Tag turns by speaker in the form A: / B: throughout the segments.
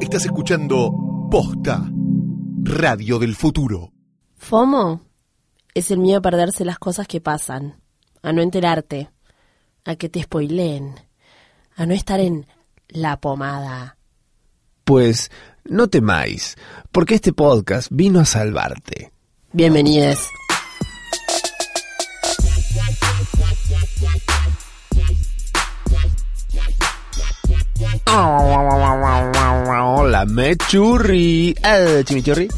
A: Estás escuchando Posta, Radio del Futuro.
B: FOMO es el miedo a perderse las cosas que pasan, a no enterarte, a que te spoileen, a no estar en la pomada.
C: Pues no temáis, porque este podcast vino a salvarte.
B: Bienvenides.
C: Hola, Mechurri. Eh, Chimichurri.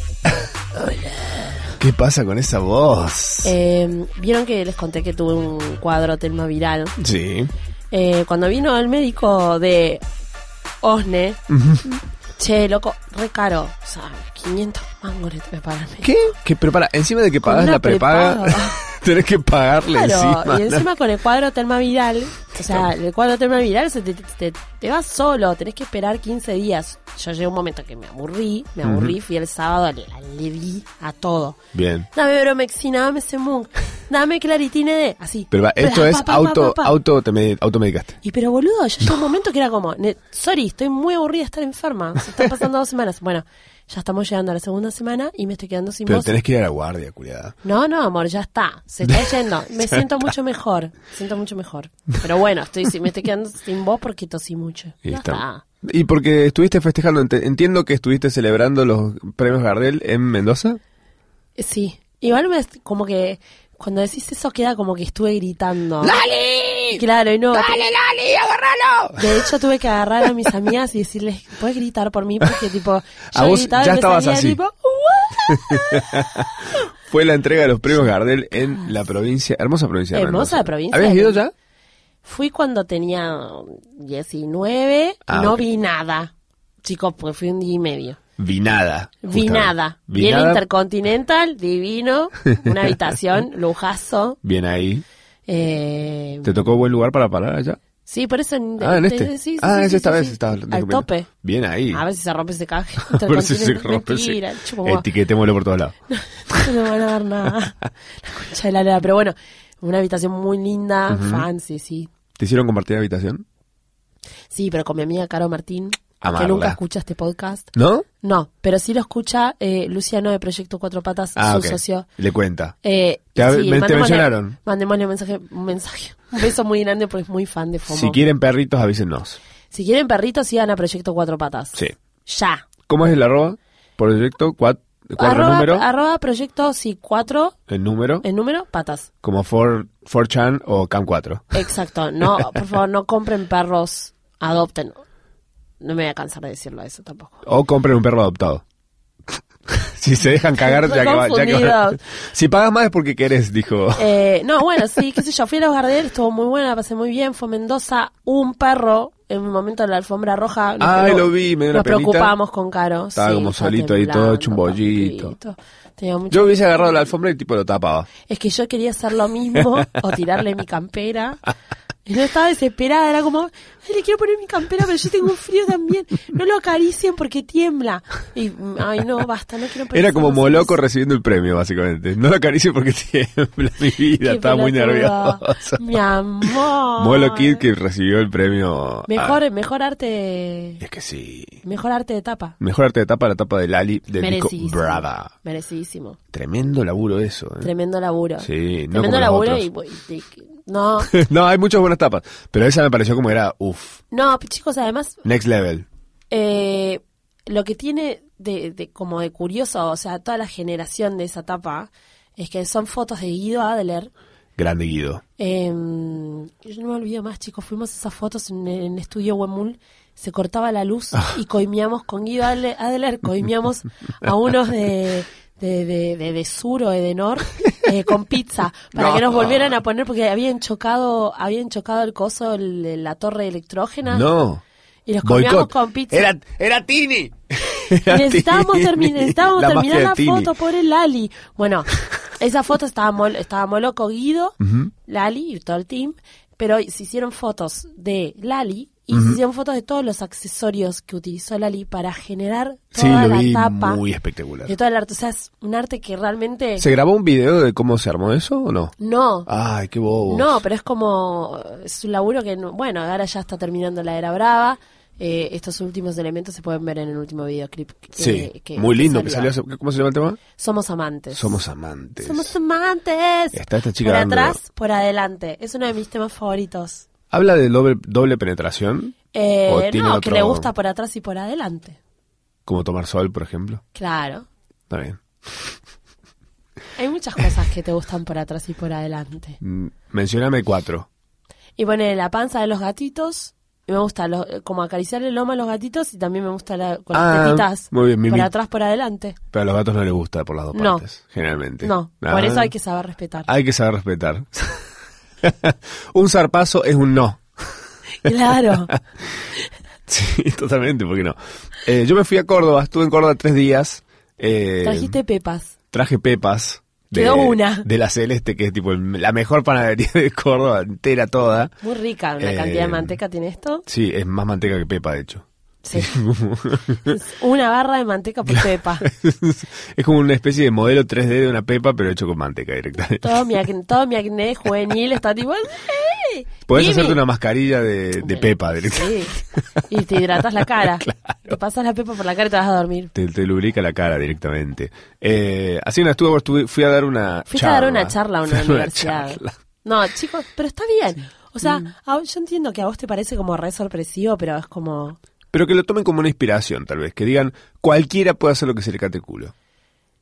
C: ¿Qué pasa con esa voz?
B: Eh, Vieron que les conté que tuve un cuadro tema viral.
C: Sí.
B: Eh, cuando vino el médico de Osne, che, loco, re caro. O sea, 500 mangos le preparan.
C: ¿Qué? Que prepara, encima de que
B: Con
C: pagas
B: una
C: la prepaga,
B: prepaga.
C: tenés que pagarle
B: Claro,
C: encima.
B: y
C: ¿no?
B: encima con el cuadro Telma Viral, o sea, el cuadro Telma Viral se te, te- te vas solo, tenés que esperar 15 días. Yo llegué a un momento que me aburrí, me aburrí, fui el sábado, al- al- le di a todo.
C: Bien.
B: Dame bromexina, dame semung, dame claritine de, así.
C: Pero va, esto
B: Pa,
C: es
B: pa, pa,
C: auto,
B: pa, pa.
C: auto, te me- automedicaste.
B: Y pero boludo, ya llegó un momento que era como, ne- sorry, estoy muy aburrida de estar enferma, se están pasando dos semanas. Bueno, ya estamos llegando a la segunda semana y me estoy quedando sin
C: Pero
B: voz.
C: tenés que ir a la guardia, culiada.
B: No, no, amor, ya está. Se está yendo. Me siento mucho mejor. Siento mucho mejor. Pero bueno, estoy, si- me estoy quedando sin voz porque tosí mucho.
C: Y
B: Ya
C: está.
B: está.
C: Y porque estuviste festejando, ent- entiendo que estuviste celebrando los premios Gardel en Mendoza.
B: Eh, Sí. Igual me, como que cuando decís eso queda como que estuve gritando. ¡Lali! Claro, y no. ¡Dale, Lali, agárralo! De hecho, tuve que agarrar a mis amigas y decirles, ¿puedes gritar por mí? Porque tipo, yo
C: A vos
B: gritaba
C: ya
B: y me
C: estabas
B: salía
C: así.
B: tipo, "Uah".
C: Fue la entrega de los premios Gardel en la provincia, hermosa provincia de
B: Hermosa
C: Mendoza.
B: provincia
C: ¿Habías
B: de-
C: ido ya?
B: Fui cuando tenía 19,
C: Ah,
B: no
C: ok.
B: vi nada. Chicos, porque fui un día y medio.
C: Vi nada.
B: Vi
C: justamente.
B: nada.
C: Vi
B: Vi el
C: nada.
B: Intercontinental, divino, una habitación, lujazo.
C: Bien ahí.
B: eh,
C: ¿Te tocó buen lugar para parar allá?
B: sí, por eso... en-
C: Ah, en
B: te-
C: este.
B: sí, sí,
C: ah,
B: sí,
C: es
B: sí,
C: esta
B: sí,
C: vez.
B: sí.
C: estaba-
B: Al tope.
C: Bien ahí.
B: A ver si se rompe ese canje.
C: A ver si se rompe, sí.
B: Mentira, el chupo,
C: Etiquetémoslo por todos lados.
B: No me van a dar nada. La concha de la lora. Pero bueno, una habitación muy linda, fancy, sí.
C: ¿Te hicieron compartir habitación?
B: Sí, pero con mi amiga Caro Martín,
C: Amarla.
B: que nunca escucha este podcast.
C: ¿No?
B: No, pero sí lo escucha eh, Luciano de Proyecto Cuatro Patas,
C: Ah,
B: su
C: ok.
B: socio.
C: Le cuenta.
B: Eh,
C: Te- me- te
B: mandémosle-
C: mencionaron.
B: Mandémosle un mensaje, un mensaje. Un beso muy grande porque es muy fan de FOMO.
C: Si quieren perritos, avísenos.
B: Si quieren perritos, sigan a Proyecto Cuatro Patas.
C: Sí.
B: Ya.
C: ¿Cómo es el arroba? Proyecto cuat- cuatro
B: Arroba,
C: número.
B: arroba Proyecto, sí, cuatro,
C: el número.
B: en número, patas.
C: Como 4, 4chan o Cam4.
B: Exacto. No, por favor, no compren perros, adopten. No me voy a cansar de decirlo eso tampoco.
C: O compren un perro adoptado. si se dejan cagar, ya que, va, ya que va-
B: Confundidos.
C: Si pagas más es porque querés, dijo.
B: Eh, no, bueno, sí, qué sé yo, fui a los Gardel, estuvo muy buena, la pasé muy bien, fue a Mendoza, un perro, en un momento de la alfombra roja. nos-
C: Ay,
B: nos-
C: lo vi, me dio una
B: Nos
C: penita.
B: preocupamos con Caro.
C: Estaba como solito ahí, todo
B: temblando,
C: hecho un bollito.
B: papito. Tenía mucho-
C: Yo hubiese agarrado la alfombra y tipo lo tapaba.
B: Es que yo quería hacer lo mismo o tirarle mi campera. Y no estaba desesperada, era como, ay, le quiero poner mi campera, pero yo tengo un frío también. No lo acaricien porque tiembla. Y, mm, ay, no, basta, no quiero
C: Era como
B: pensar más en
C: Moloco
B: eso.
C: recibiendo el premio, básicamente. No lo acaricie porque tiembla mi vida,
B: Qué
C: estaba muy
B: pelotuda.
C: nervioso.
B: Mi amor.
C: Molo Kid que recibió el premio.
B: Mejor,
C: Ah,
B: mejor arte.
C: es que sí.
B: Mejor arte de tapa.
C: Mejor arte de tapa, la tapa de Lali de Nico
B: Merecidísimo.
C: Brada.
B: Merecidísimo.
C: Tremendo laburo eso. ¿eh?
B: Tremendo laburo.
C: Sí, no como
B: Tremendo
C: los
B: laburo y,
C: otros.
B: y- y- No,
C: no, hay muchas buenas tapas. Pero esa me pareció como era, uff,
B: no, chicos, además,
C: next level.
B: eh, lo que tiene de, de- como de curioso, o sea, toda la generación de esa tapa, es que son fotos de Guido Adler.
C: Grande Guido.
B: Eh, yo no me olvido más, chicos, fuimos a esas fotos en el en el estudio Huemul, se cortaba la luz y coimiamos con Guido Adle- Adler, coimiamos a unos de... De, de, de- de sur o de, nor eh, con pizza para que nos
C: No.
B: volvieran a poner porque habían chocado habían chocado el coso el- la torre electrógena
C: No.
B: y los comíamos
C: Boicot.
B: con pizza
C: Era, era Tini. Era
B: Necesitábamos,
C: Tini.
B: termi- necesitábamos
C: La magia
B: terminar
C: de
B: la
C: Tini.
B: foto, pobre Lali. Bueno, esa foto estábamos, estábamos loco Guido, Lali y todo el team, pero se hicieron fotos de Lali y se hicieron fotos de todos los accesorios que utilizó Lali para generar
C: Sí,
B: toda
C: lo
B: la
C: vi
B: tapa
C: muy espectacular.
B: de todo el arte. O sea, es un arte que realmente
C: ¿Se grabó un video de cómo se armó eso o no?
B: no,
C: Ay, qué bobo.
B: no, pero es como, es un laburo que, no- bueno, ahora ya está terminando la era brava. Eh, estos últimos elementos se pueden ver en el último videoclip. que-
C: Sí,
B: que
C: muy lindo que salió. hace- ¿Cómo se llama el tema?
B: Somos amantes.
C: Somos amantes.
B: Somos amantes.
C: Está esta chica
B: Por
C: dando-
B: atrás, por adelante. Es uno de mis temas favoritos.
C: ¿Habla de doble, doble penetración?
B: Eh,
C: ¿O
B: no,
C: tiene
B: que
C: otro-
B: le gusta por atrás y por adelante.
C: Como tomar sol, por ejemplo.
B: Claro.
C: Está bien.
B: Hay muchas cosas que te gustan por atrás y por adelante.
C: Mm, Mencioname cuatro.
B: Y pone la panza de los gatitos. Y me gusta lo- como acariciar el loma a los gatitos y también me gusta la, con
C: Ah,
B: las tetitas.
C: muy bien, Mimi.
B: por atrás, por adelante.
C: Pero a los gatos no les gusta por las dos
B: No.
C: partes, generalmente.
B: No,
C: Ah.
B: por eso hay que saber respetar.
C: Hay que saber respetar. un zarpazo es un no.
B: Claro.
C: Sí, totalmente, ¿por qué no? Eh, yo me fui a Córdoba, estuve en Córdoba tres días. eh,
B: Trajiste pepas.
C: Traje pepas.
B: Quedó una.
C: De la Celeste, que es tipo el- la mejor panadería de Córdoba, entera toda.
B: Muy rica, una
C: Eh,
B: cantidad de manteca tiene esto.
C: Sí, es más manteca que pepa, de hecho.
B: Sí. Es una barra de manteca por pepa.
C: es como una especie de modelo 3D de una pepa, pero hecho con manteca directamente.
B: Todo mi acné, todo mi acné juvenil está tipo... ¡eh!
C: Podés
B: Jimmy.
C: hacerte una mascarilla de, de pepa directamente.
B: Sí. Y te hidratas la cara. Te pasas la pepa por la cara y te vas a dormir.
C: Te, te lubrica la cara directamente. Eh, así no estuve, estuve- fui a dar una
B: Fuiste
C: charla.
B: a dar una charla a
C: Fui
B: una universidad.
C: charla. Mm.
B: No, chicos, pero está bien. O sea, a- yo entiendo que a vos te parece como re sorpresivo, pero es como...
C: Pero que lo tomen como una inspiración, tal vez. Que digan, cualquiera puede hacer lo que se le cante el culo.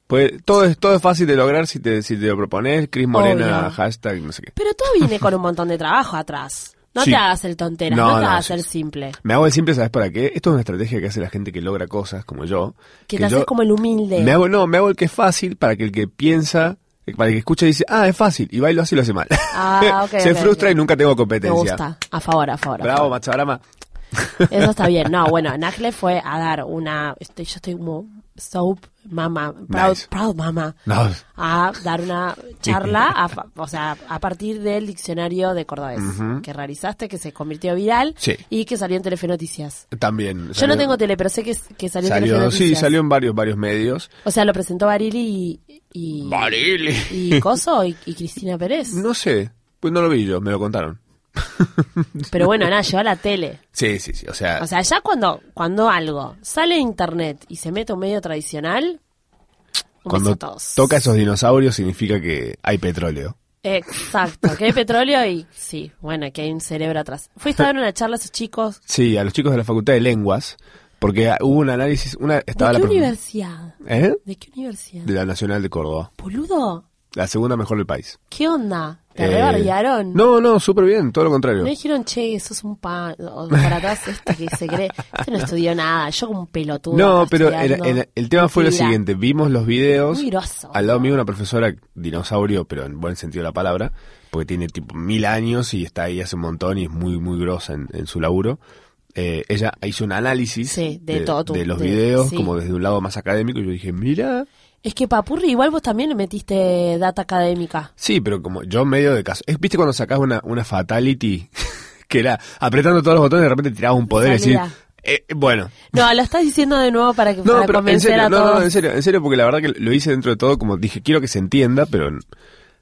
C: Pues, todo, es, todo es fácil de lograr si te, si te lo propones. Cris Morena,
B: Obvio.
C: hashtag, no sé qué.
B: Pero todo viene con un montón de trabajo atrás. No
C: Sí.
B: te hagas el tontera,
C: No,
B: no, te
C: no,
B: hagas
C: sí,
B: el
C: sí.
B: simple.
C: Me hago el simple, ¿sabes para qué? Esto es una estrategia que hace la gente que logra cosas, como yo.
B: Que, te
C: yo-
B: haces como el humilde.
C: Me hago, no, me hago el que es fácil para que el que piensa, para el que escucha dice, ah, es fácil, y va y lo hace y lo hace mal.
B: Ah, ok,
C: Se
B: ok,
C: frustra
B: ok.
C: y nunca tengo
B: Me
C: competencia.
B: gusta. A favor, a favor. a
C: Bravo,
B: favor.
C: Machabrama.
B: Eso está bien. No, bueno, Nagle fue a dar una. este, yo estoy como soap mama, proud,
C: Nice.
B: proud mama.
C: No.
B: A dar una charla, a fa- o sea, a partir del diccionario de cordobés que realizaste, que se convirtió viral
C: Sí.
B: y que salió en Telefe Noticias.
C: También.
B: Yo no
C: salió-
B: tengo tele, pero sé que, que salió en Telefe
C: Salió,
B: Noticias.
C: sí, salió en varios, varios medios.
B: O sea, lo presentó Barili y. y
C: Barili.
B: Y Coso y, y Cristina Pérez.
C: No sé, pues no lo vi yo, me lo contaron.
B: Pero bueno, nada, llegó a la tele.
C: Sí, sí, sí, o sea,
B: O sea, ya cuando, cuando algo sale de internet y se mete a un medio tradicional, un beso
C: cuando
B: a todos.
C: toca esos dinosaurios significa que hay petróleo.
B: Exacto, que hay petróleo y sí, bueno, que hay un cerebro atrás. Fuiste a dar una charla a esos chicos.
C: Sí, a los chicos de la Facultad de Lenguas, porque ah, hubo un análisis, una
B: ¿De
C: estaba
B: qué
C: la profe-
B: universidad?
C: ¿Eh?
B: ¿De qué universidad?
C: De la Nacional de Córdoba,
B: Boludo,
C: la segunda mejor del país.
B: ¿qué onda? ¿Te
C: Eh,
B: rebardearon?
C: No, no, súper bien, todo lo contrario.
B: Me dijeron, che, sos un pan, o para atrás este que se cree, este no estudió nada, yo como un pelotudo.
C: No,
B: acá
C: pero el,
B: estudiando.
C: el- el tema fue lo
B: Mentira.
C: siguiente, vimos los videos,
B: Muy groso.
C: al lado mío una profesora dinosaurio, pero en buen sentido de la palabra, porque tiene tipo mil años y está ahí hace un montón y es muy, muy grosa en, en su laburo. Eh, ella hizo un análisis
B: Sí, de todo tu-
C: de los
B: de-
C: videos,
B: sí.
C: como desde un lado más académico, y yo dije, mira,
B: Es que Papurri, igual vos también le metiste data académica.
C: Sí, pero como yo medio de caso. es- ¿Viste cuando sacás una, una fatality? que era apretando todos los botones y de repente tirabas un poder y decís,
B: Salida.
C: eh, bueno.
B: No, lo estás diciendo de nuevo para que
C: No,
B: para
C: pero en
B: convencer
C: serio,
B: a
C: no,
B: todos.
C: no, en serio, en serio, porque la verdad que lo hice dentro de todo, como dije, quiero que se entienda, pero n-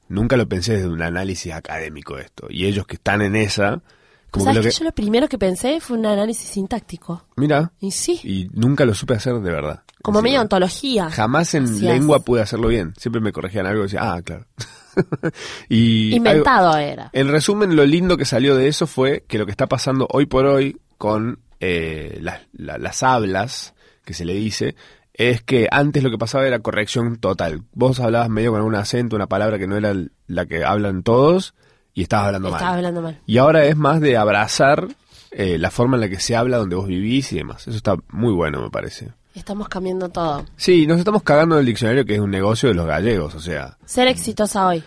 C: nunca lo pensé desde un análisis académico esto. Y ellos que están en esa, como que
B: ¿Sabes
C: lo que...
B: que yo lo primero que pensé fue un análisis sintáctico.
C: Mira,
B: Y sí,
C: y nunca lo supe hacer de verdad.
B: como
C: Así
B: medio
C: que
B: ontología.
C: Jamás en
B: Hacías.
C: lengua pude hacerlo bien. Siempre me corregían algo y decía, ah, claro. y algo-
B: Inventado era.
C: En resumen, lo lindo que salió de eso fue que lo que está pasando hoy por hoy con eh, las, la- las hablas, que se le dice, es que antes lo que pasaba era corrección total. Vos hablabas medio con un acento, una palabra que no era el- la que hablan todos, y estabas hablando
B: Estabas
C: mal.
B: hablando mal.
C: Y ahora es más de abrazar eh, la forma en la que se habla, donde vos vivís y demás. Eso está muy bueno, me parece.
B: Estamos cambiando todo.
C: Sí, nos estamos cagando del diccionario que es un negocio de los gallegos, o sea,
B: Ser exitosa hoy.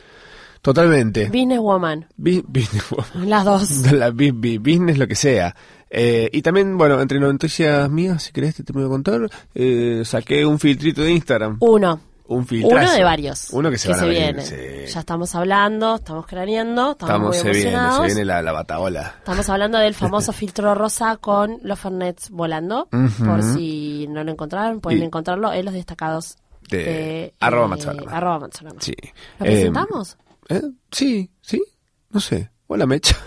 C: totalmente.
B: Businesswoman.
C: Vi- vi-
B: Las dos.
C: de la bi- bi- business, lo que sea. Eh, y también, bueno, entre noticias mías, si querés, te, te voy a contar, eh, saqué un filtrito de Instagram.
B: Uno.
C: Un filtrazo.
B: Uno de varios.
C: Uno que se, van a venir,
B: viene.
C: sí.
B: Ya estamos hablando, estamos craneando, estamos,
C: Estamos,
B: muy
C: se viene,
B: emocionados.
C: se viene la, la bataola.
B: Estamos hablando del famoso filtro rosa con los Fernets volando. Por si no lo encontraron, pueden
C: Y-
B: encontrarlo en los destacados
C: De-
B: de, eh,
C: arroba Matsorama.
B: arroba Matsorama.
C: Sí.
B: ¿Lo
C: Eh,
B: presentamos?
C: ¿eh? Sí, sí, no sé. Hola, Mecha.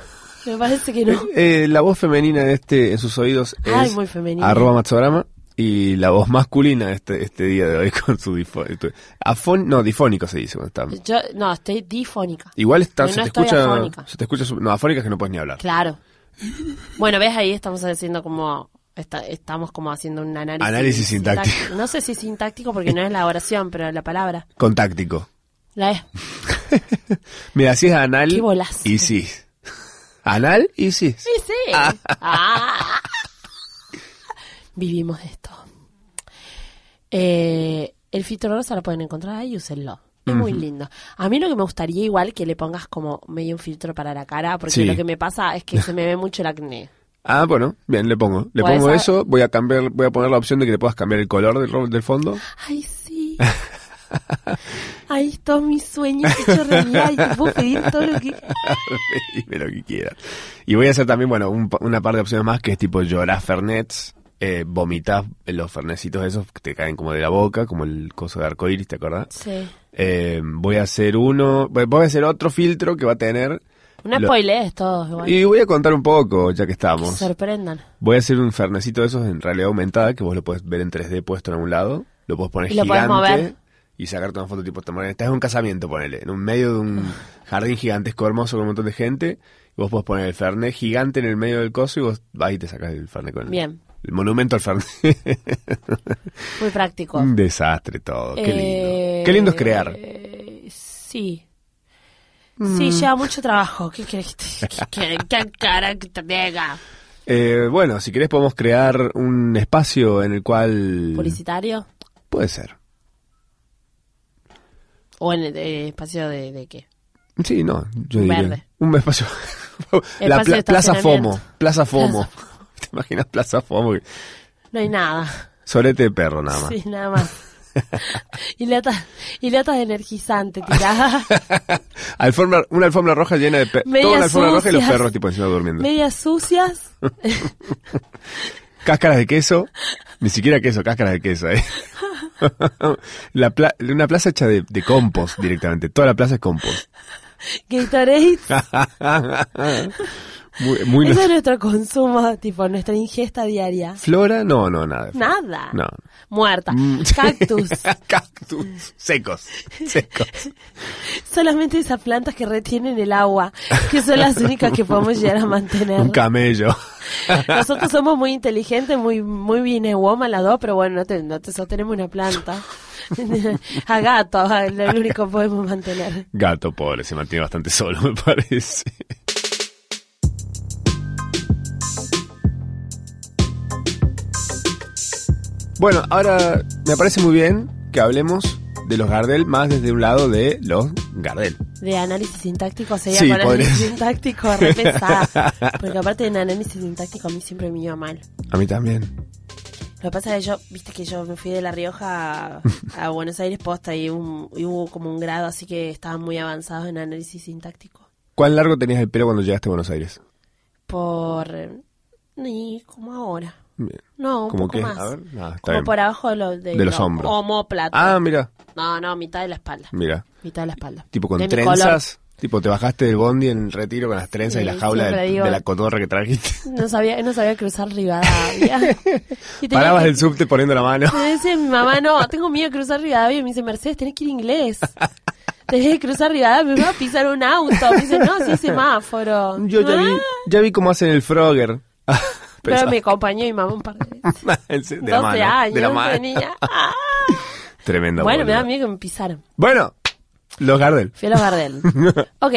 B: Me parece que no.
C: Eh, la voz femenina en este, en sus oídos es
B: Ay, muy femenina.
C: arroba mazzorama y la voz masculina este, este día de hoy con su difónico. Afón, no, difónico se dice. cuando está-
B: Yo, no, estoy difónica.
C: Igual está,
B: No,
C: se,
B: no
C: te
B: estoy
C: escucha,
B: afónica.
C: se te escucha. su- No, afónica es que no puedes ni hablar.
B: Claro. Bueno, ves ahí estamos haciendo como está- estamos como haciendo un análisis,
C: Análisis sintáctico.
B: sintáctico. No sé si sintáctico porque no es la oración, pero la palabra.
C: Contáctico.
B: La es.
C: Mira, si es anal.
B: Qué bolazo.
C: Y sí. Anal y sí.
B: Sí, sí. Ah. Vivimos de esto. Eh, el Fito Rosa lo pueden encontrar ahí, úsenlo. Es muy lindo. A mí lo que me gustaría igual que le pongas como medio un filtro para la cara, porque
C: Sí.
B: lo que me pasa es que se me ve mucho el acné.
C: Ah, bueno, bien, le pongo. Le
B: Puede
C: pongo
B: ser.
C: eso, voy a cambiar, voy a poner la opción de que le puedas cambiar el color del, ro- del fondo.
B: Ay, sí. Ahí está mi sueño hecho realidad y te puedo pedir todo lo que...
C: Dime lo que quieras. Y voy a hacer también, bueno, un pa- una par de opciones más que es tipo llorar fernets, eh, vomitas los fernecitos esos que te caen como de la boca, como el coso de arcoíris, ¿te acordás?
B: Sí.
C: Eh, voy a hacer uno, voy- voy a hacer otro filtro que va a tener...
B: No
C: lo-
B: spoilees todos, igual.
C: Y voy a contar un poco, ya que
B: Que se
C: estamos.
B: sorprendan.
C: Voy a hacer un fernecito de esos en realidad aumentada, que vos lo puedes ver en 3D puesto en algún lado. Lo puedes poner
B: Y lo podés
C: gigante
B: mover.
C: y sacarte una foto tipo esta manera. Estás en un casamiento, ponele, en un medio de un jardín gigantesco hermoso con un montón de gente. Y vos podés poner el fernet gigante en el medio del coso y vos vas y te sacas el fernet con el-
B: Bien.
C: el monumento al fernet.
B: Muy práctico.
C: un desastre todo. Oh, Qué lindo.
B: Eh,
C: Qué lindo es crear.
B: eh, Sí. Sí, lleva mucho trabajo. ¿Qué querés que te- qué- qué cara que te diga?
C: Eh, bueno, si querés podemos crear un espacio en el cual...
B: ¿Publicitario?
C: Puede ser.
B: ¿O en el, eh, espacio de, de qué?
C: Sí, no, yo
B: Un
C: diría.
B: verde.
C: Un espacio. la
B: Espacio de
C: pla- plaza
B: estacionamiento.
C: FOMO. Plaza FOMO. ¿Te imaginas Plaza FOMO?
B: No hay nada.
C: Solete de perro nada más.
B: Sí, nada más. y, latas, y latas de energizante tiradas.
C: Alfombra- una alfombra roja llena de perros.
B: Medias
C: Toda una alfombra roja y los
B: sucias.
C: perros tipo encima durmiendo.
B: medias sucias.
C: Cáscaras de queso. Ni siquiera queso, cáscaras de queso, eh. La pla- una plaza hecha de, de compost directamente. Toda la plaza es compost.
B: Gatorade.
C: muy, muy
B: Eso
C: no-
B: es nuestro consumo, tipo nuestra ingesta diaria.
C: Flora, no, no, nada. de flora.
B: Nada.
C: No.
B: Muerta.
C: Mm.
B: Cactus.
C: Cactus. Secos. Secos.
B: Solamente esas plantas que retienen el agua, que son las únicas que podemos llegar a mantener.
C: Un camello.
B: Nosotros somos muy inteligentes, muy muy bien woman las dos, pero bueno, no te, no te sostenemos una planta. a gato, a- lo único que podemos mantener.
C: Gato pobre, se mantiene bastante solo, me parece. Bueno, ahora me parece muy bien que hablemos de los Gardel más desde un lado de los Gardel.
B: De análisis sintáctico sería
C: Sí,
B: con
C: podría
B: análisis
C: ser.
B: sintáctico re pesada. Porque aparte de análisis sintáctico a mí siempre me iba mal.
C: A mí también.
B: Lo que pasa es que yo, viste que yo me fui de La Rioja a, a Buenos Aires posta y, un- y hubo como un grado, así que estaban muy avanzados en análisis sintáctico.
C: ¿Cuán largo tenías el pelo cuando llegaste a Buenos Aires?
B: Por... eh, Ni como ahora.
C: Bien.
B: No, un
C: ¿Cómo
B: poco
C: qué?
B: más.
C: A ver, ah, está
B: como
C: bien.
B: por abajo de, los
C: De los hombros.
B: Homóplato.
C: Ah, mira,
B: No, no, mitad de la espalda.
C: mira.
B: Mitad de la espalda.
C: Tipo con
B: De mi
C: trenzas. Tipo, te bajaste del bondi en retiro con las trenzas y
B: Sí,
C: la jaula
B: siempre
C: del-
B: digo-
C: de la cotorra que trajiste.
B: color. No sabía, no sabía cruzar Rivadavia. Y tenía
C: Parabas
B: que-
C: del subte poniendo la mano.
B: Me dice mi mamá, no, tengo miedo de cruzar Rivadavia. Y me dice, Mercedes, tenés que ir inglés. Tenés que cruzar Rivadavia, me va a pisar un auto. Me dice, no, sí hay semáforo.
C: Yo ya
B: Ah,
C: vi, ya vi cómo hacen el Frogger.
B: Pero
C: Pensaba-
B: me acompañó mi mamá un par de veces.
C: En serio, de la
B: 12
C: mano.
B: años,
C: de la mano.
B: niña. Ah.
C: Tremendo.
B: bueno, me
C: boludo.
B: da miedo que me pisaran.
C: Bueno, los Gardel.
B: Fui a los Gardel. ok,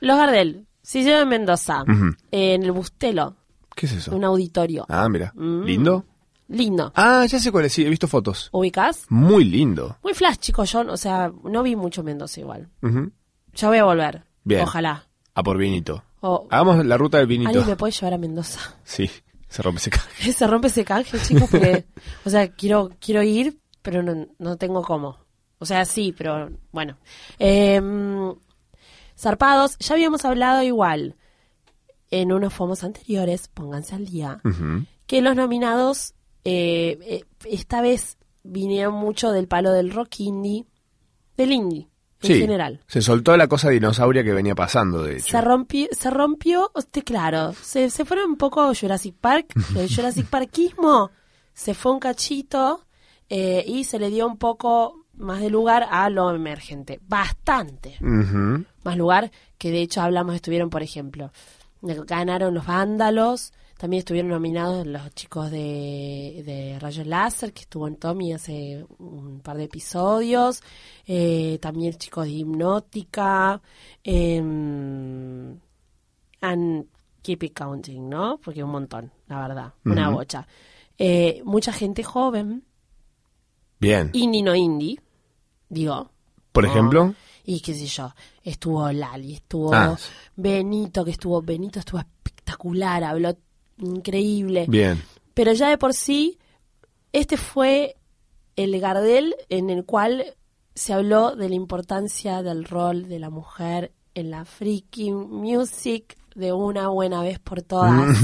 B: los Gardel. Si yo en Mendoza, en el Bustelo,
C: ¿Qué es eso?
B: un auditorio.
C: Ah, mira.
B: Mm.
C: ¿Lindo?
B: Lindo.
C: Ah, ya sé cuál es. Sí, he visto fotos.
B: ¿Ubicás?
C: Muy lindo.
B: Muy flash, chicos. Yo, o sea, no vi mucho Mendoza igual.
C: Ujú.
B: Ya voy a volver.
C: Bien. Ah,
B: Ojalá.
C: A por vinito.
B: O-
C: Hagamos la ruta del vinito.
B: ¿Alguien me puede llevar a Mendoza?
C: Sí, se rompe ese canje.
B: Se rompe ese canje, chicos, porque, o sea, quiero, quiero ir, pero no, no tengo cómo. O sea, sí, pero bueno. Em, zarpados, ya habíamos hablado igual en unos FOMOS anteriores, pónganse al día,
C: Ujú.
B: que los nominados eh, eh, esta vez vinieron mucho del palo del rock indie, del indie, en general.
C: Se soltó la cosa dinosauria que venía pasando, de hecho.
B: Se rompió, se rompió, este, claro, se, se fueron un poco Jurassic Park, el Jurassic Parkismo se fue un cachito eh, y se le dio un poco más de lugar a lo emergente, bastante
C: Ujú.
B: más lugar, que de hecho hablamos, estuvieron, por ejemplo, ganaron los vándalos, también estuvieron nominados los chicos de, de Rayos Láser, que estuvo en Tommy hace un par de episodios, eh, también chicos de Hipnótica, em, and keep it counting, ¿no? Porque un montón, la verdad, una bocha. Eh, mucha gente joven,
C: Bien.
B: indie no indie, digo,
C: Por ejemplo,
B: y qué sé yo, estuvo Lali, estuvo
C: Ah, sí.
B: Benito, que estuvo Benito, estuvo espectacular, habló increíble.
C: bien.
B: Pero ya de por sí, este fue el Gardel en el cual se habló de la importancia del rol de la mujer en la freaking music de una buena vez por todas.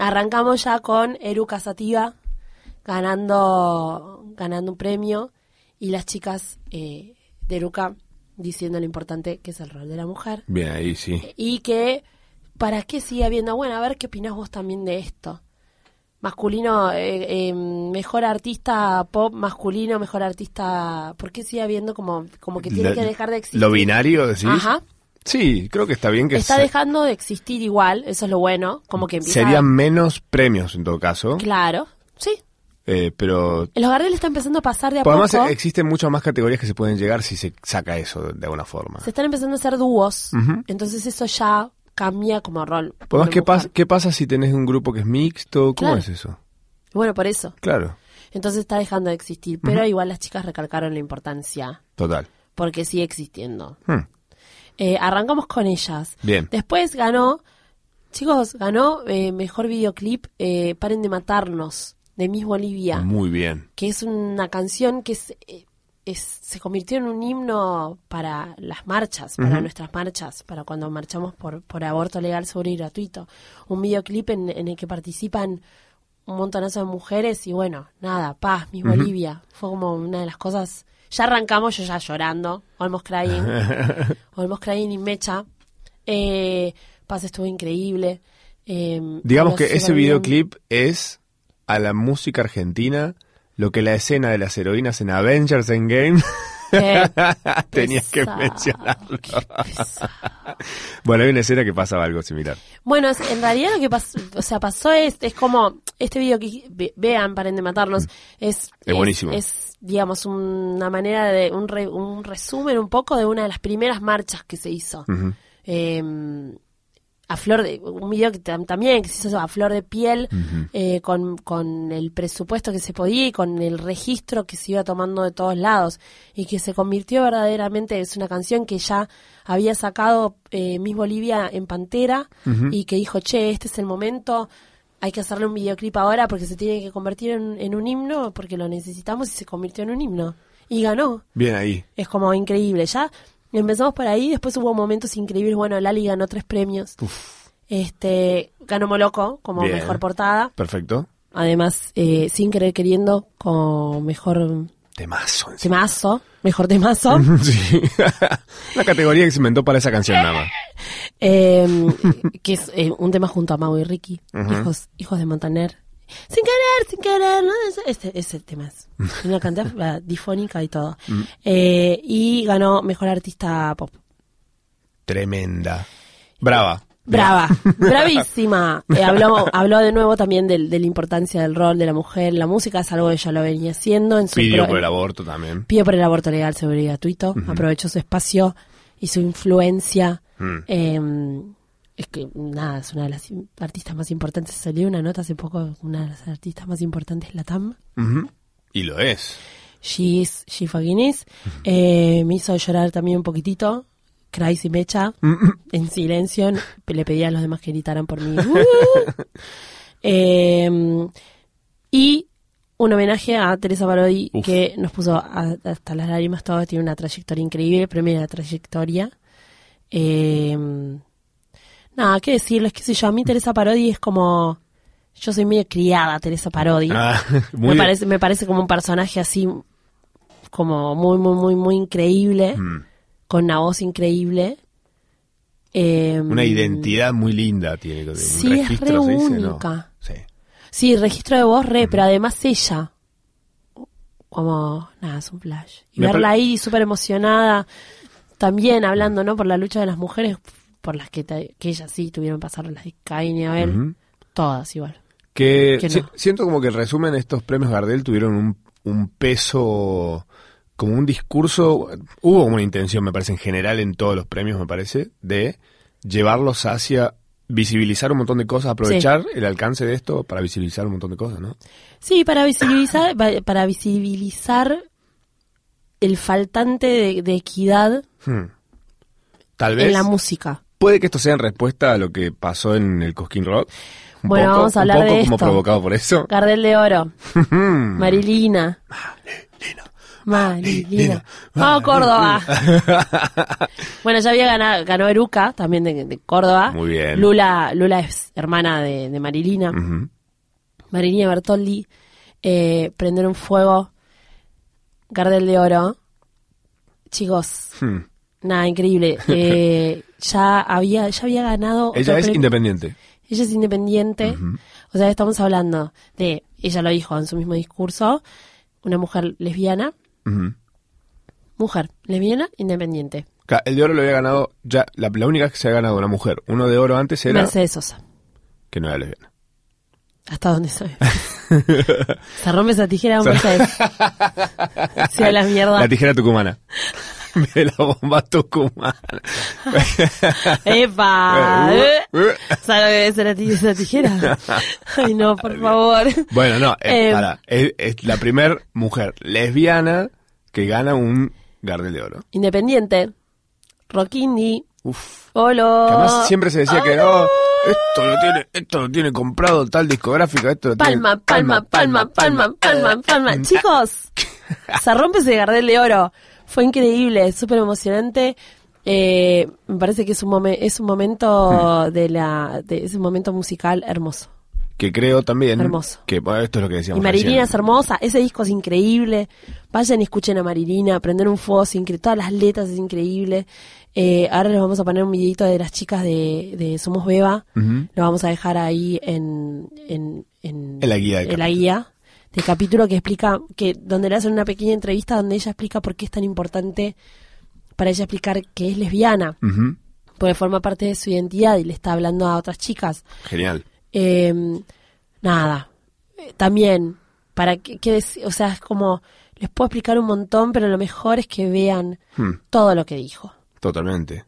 B: Arrancamos ya con Eruca Sativa ganando, ganando un premio y las chicas eh, de Eruca diciendo lo importante que es el rol de la mujer
C: Bien, ahí sí.
B: y que para qué sigue habiendo bueno a ver qué opinás vos también de esto masculino eh, eh, mejor artista pop masculino mejor artista por qué sigue habiendo como como que tiene
C: La-
B: que dejar de existir
C: ¿Lo binario decís?
B: Ajá.
C: Sí, creo que está bien que
B: está
C: se-
B: dejando de existir igual eso es lo bueno como que empieza
C: serían menos premios en todo caso,
B: claro sí
C: eh, pero
B: los Gardel está empezando a pasar de a
C: Pues además
B: poco
C: eh, existen muchas más categorías que se pueden llegar si se saca eso de, de alguna forma.
B: se están empezando a hacer dúos
C: Ujú.
B: entonces eso ya cambia como rol
C: Pues además,
B: hombre-mujer.
C: ¿qué, pas- ¿qué pasa si tenés un grupo que es mixto? ¿Cómo
B: Claro.
C: es eso?
B: bueno por eso
C: Claro,
B: entonces está dejando de existir pero igual las chicas recalcaron la importancia
C: total.
B: porque sigue existiendo.
C: Hmm,
B: Eh, arrancamos con ellas.
C: Bien.
B: Después ganó, chicos, ganó eh, mejor videoclip eh, Paren de Matarnos, de Miss Bolivia,
C: Muy bien.
B: que es una canción que es, eh, es- se convirtió en un himno para las marchas, para nuestras marchas, para cuando marchamos por, por aborto legal, seguro y gratuito. Un videoclip en, en el que participan un montonazo de mujeres y bueno, nada, paz, Miss Bolivia. Fue como una de las cosas... Ya arrancamos yo ya llorando, almost crying. Olmos Crain y Mecha. Eh, Paz estuvo increíble. Eh,
C: Digamos
B: habló
C: que ese
B: súper bien.
C: videoclip es a la música argentina lo que la escena de las heroínas en Avengers Endgame
B: Qué
C: tenías que
B: Ah, pesado,
C: mencionarlo.
B: qué pesado.
C: Bueno, hay una escena que pasaba algo similar.
B: Bueno, es- en realidad lo que pasó, o sea, pasó es, es como este video que ve- vean, paren de matarnos, es, es,
C: buenísimo.
B: es, digamos, una manera de, un, re- un resumen un poco de una de las primeras marchas que se hizo.
C: Ujú.
B: Eh, a flor de, un video que tam- también que se hizo a flor de piel, eh, con, con el presupuesto que se podía y con el registro que se iba tomando de todos lados. Y que se convirtió verdaderamente, es una canción que ya había sacado eh, Miss Bolivia en Pantera y que dijo, che, este es el momento. Hay que hacerle un videoclip ahora porque se tiene que convertir en, en un himno, porque lo necesitamos y se convirtió en un himno. Y ganó.
C: Bien ahí.
B: Es como increíble. Ya empezamos por ahí, después hubo momentos increíbles. Bueno, Lali ganó tres premios. Este, ganó Moloco como
C: Bien.
B: mejor portada.
C: Perfecto.
B: Además, eh, sin querer queriendo, como mejor
C: Temazo. encima.
B: temazo. Mejor temazo.
C: Mm. Sí. Una categoría que se inventó para esa canción nada más.
B: Eh, que es eh, un tema junto a Mau y Ricky, hijos, hijos de Montaner. Sin querer, sin querer, no, ese, ese tema es. Una cantidad difónica y todo. Eh, y ganó Mejor Artista Pop.
C: Tremenda. Brava.
B: Brava, bravísima. Eh, habló, habló de nuevo también del- de la importancia del rol de la mujer en la música, es algo que ya lo venía haciendo en su
C: Pidió
B: pro-
C: por el aborto también.
B: pidió por el aborto legal seguro y gratuito, aprovechó su espacio y su influencia.
C: Mm.
B: Eh, es que nada, es una de las im- artistas más importantes. Salió una nota hace poco, una de las artistas más importantes, la TAM.
C: Ujú. Y lo es.
B: She is, she fucking is. Eh, me hizo llorar también un poquitito. Crazy y Mecha, en silencio, le pedí a los demás que gritaran por mí. Uh. Eh, y un homenaje a Teresa Parodi,
C: Uf.
B: que nos puso a- hasta las lágrimas todo, tiene una trayectoria increíble, primera trayectoria. Eh, nada, qué decirles, qué sé yo, a mí Teresa Parodi es como... Yo soy medio criada, Teresa Parodi
C: Ah, muy
B: me
C: bien.
B: parece me parece como un personaje así como muy muy muy muy increíble
C: Mm.
B: con una voz increíble. Eh,
C: Una identidad muy linda tiene que tener.
B: Sí,
C: un
B: es
C: registro,
B: re
C: se dice, ¿no?
B: única.
C: Sí.
B: Sí, registro de voz re, pero además ella. Como, nada, es un flash. Y
C: Me
B: verla
C: pare-
B: ahí súper emocionada, también hablando, ¿no? Por la lucha de las mujeres, por las que, ta- que ellas sí tuvieron que pasar, las de Caín y Abel,
C: Ujú.
B: todas igual.
C: Que,
B: Que
C: si-
B: no.
C: siento como que el resumen de estos premios Gardel tuvieron un, un peso, como un discurso, hubo una intención, me parece, en general en todos los premios, me parece, de llevarlos hacia visibilizar un montón de cosas, aprovechar el alcance de esto para visibilizar un montón de cosas, ¿no?
B: Sí, para visibilizar, pa- para visibilizar el faltante de, de equidad
C: Hmm. Tal
B: en
C: vez
B: la música.
C: puede que esto sea en respuesta a lo que pasó en el Cosquín Rock. Un
B: Bueno,
C: poco,
B: vamos a hablar
C: un poco
B: de
C: como
B: esto.
C: provocado por eso. Hmm.
B: Gardel de Oro,
C: Mm.
B: Marilina. Marilina.
C: Marilina,
B: Vamos, Córdoba. Bueno, ya había ganado, ganó Eruca, también de, de Córdoba.
C: Muy bien. Mm.
B: Lula, Lula es hermana de, de Marilina.
C: Ujú.
B: Marilina Bertoldi. eh, prender un fuego. Gardel de Oro. Chicos,
C: Hmm.
B: nada, increíble. Eh, ya, había, ya había ganado.
C: Ella
B: otro
C: es
B: premio.
C: independiente.
B: Ella es independiente. O sea, estamos hablando de, ella lo dijo en su mismo discurso, una mujer lesbiana,
C: Ujú.
B: mujer lesbiana independiente.
C: Ca- El de oro lo había ganado ya, la, la única que se ha ganado una mujer. Uno de oro antes era
B: Mercedes Sosa.
C: que no era lesbiana.
B: Hasta donde soy. Se rompe esa tijera de un Mercedes. sea la mierda.
C: La tijera tucumana. De la bomba tucumana.
B: ¡Epa!
C: Eh,
B: ¿Eh? ¿Sabes lo que debe ser la ti- esa tijera? Ay, no, por favor.
C: Bueno, no, eh,
B: Eh,
C: pará. es, es la primer mujer lesbiana que gana un Gardel de oro.
B: Independiente. Rockini.
C: Uf.
B: Olo.
C: Que Además siempre se decía
B: Ah.
C: que oh, esto lo tiene, esto lo tiene comprado tal discográfica, esto lo
B: Palma,
C: tiene-
B: palma, palma, palma, palma, Eh. Mm. palma. Chicos, se rompe ese Gardel de Oro. Fue increíble, súper emocionante. Eh, me parece que es un, momen- es un momento de la de, es un momento musical hermoso.
C: Que creo también
B: Hermoso.
C: que bueno, esto es lo que decíamos.
B: y Marilina es
C: recién.
B: hermosa, ese disco es increíble. Vayan y escuchen a Marilina, prender un fuego, es incre- todas las letras es increíble. Eh, ahora les vamos a poner un videito de las chicas de, de Somos Beba.
C: Ujú.
B: Lo vamos a dejar ahí en, en, en,
C: En la guía del
B: en la
C: capítulo.
B: guía del capítulo que explica, que donde le hacen una pequeña entrevista donde ella explica por qué es tan importante para ella explicar que es lesbiana,
C: Ujú.
B: porque forma parte de su identidad y le está hablando a otras chicas.
C: Genial.
B: Eh, nada, Eh, también, para que, que dec- o sea, es como, les puedo explicar un montón, pero lo mejor es que vean
C: Hmm.
B: todo lo que dijo.
C: Totalmente.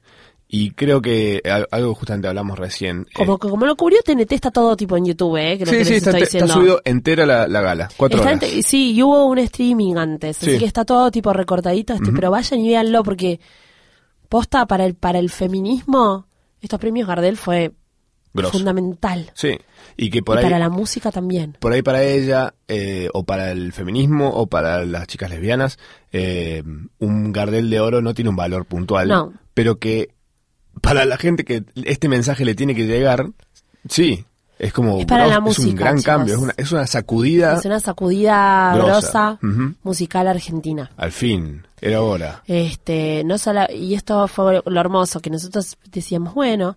C: Y creo que al- algo justamente hablamos recién. eh,
B: Como, como lo cubrió TNT, está todo tipo en YouTube, ¿eh? que lo
C: sí,
B: que
C: sí,
B: les
C: está,
B: estoy
C: está
B: diciendo.
C: subido entera la, la gala. Cuatro
B: Está
C: horas.
B: ente- sí, y hubo un streaming antes, así
C: Sí.
B: que está todo tipo recortadito, este, pero vayan y véanlo porque posta para el para el feminismo, estos premios Gardel fue
C: Grosso.
B: fundamental.
C: Sí. Y que
B: y
C: por ahí,
B: para la música también.
C: por ahí para ella, eh, o para el feminismo, o para las chicas lesbianas, eh, un Gardel de oro no tiene un valor puntual.
B: No.
C: Pero que para la gente que este mensaje le tiene que llegar, sí. Es como
B: Es para la
C: grosso, es un
B: música,
C: gran
B: chicos.
C: cambio, es una, es una sacudida
B: Es una sacudida
C: Grosa.
B: grosa,
C: Ujú.
B: musical argentina.
C: al fin, era hora.
B: Este, no solo, y esto fue lo hermoso, que nosotros decíamos, bueno,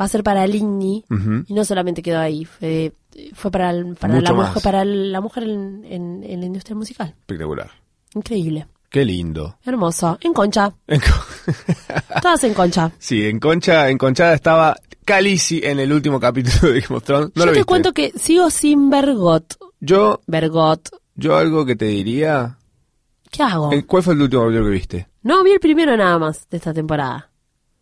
B: va a ser para el INNI,
C: Ujú.
B: y no solamente quedó ahí, fue, fue para, el- para,
C: Mucho
B: la,
C: más.
B: mujer, para la mujer en, en- en la industria musical.
C: Espectacular.
B: Increíble,
C: Qué lindo.
B: hermoso, en concha,
C: En Con-
B: todas en concha.
C: sí, en Concha, en Conchada estaba Calisi en el último capítulo de Game of Thrones. No
B: Yo
C: lo
B: te
C: viste.
B: cuento que sigo sin vergot,
C: Yo,
B: vergot,
C: yo algo que te diría.
B: ¿qué hago?
C: ¿En- ¿Cuál fue el último capítulo que viste?
B: No, vi el primero nada más de esta temporada.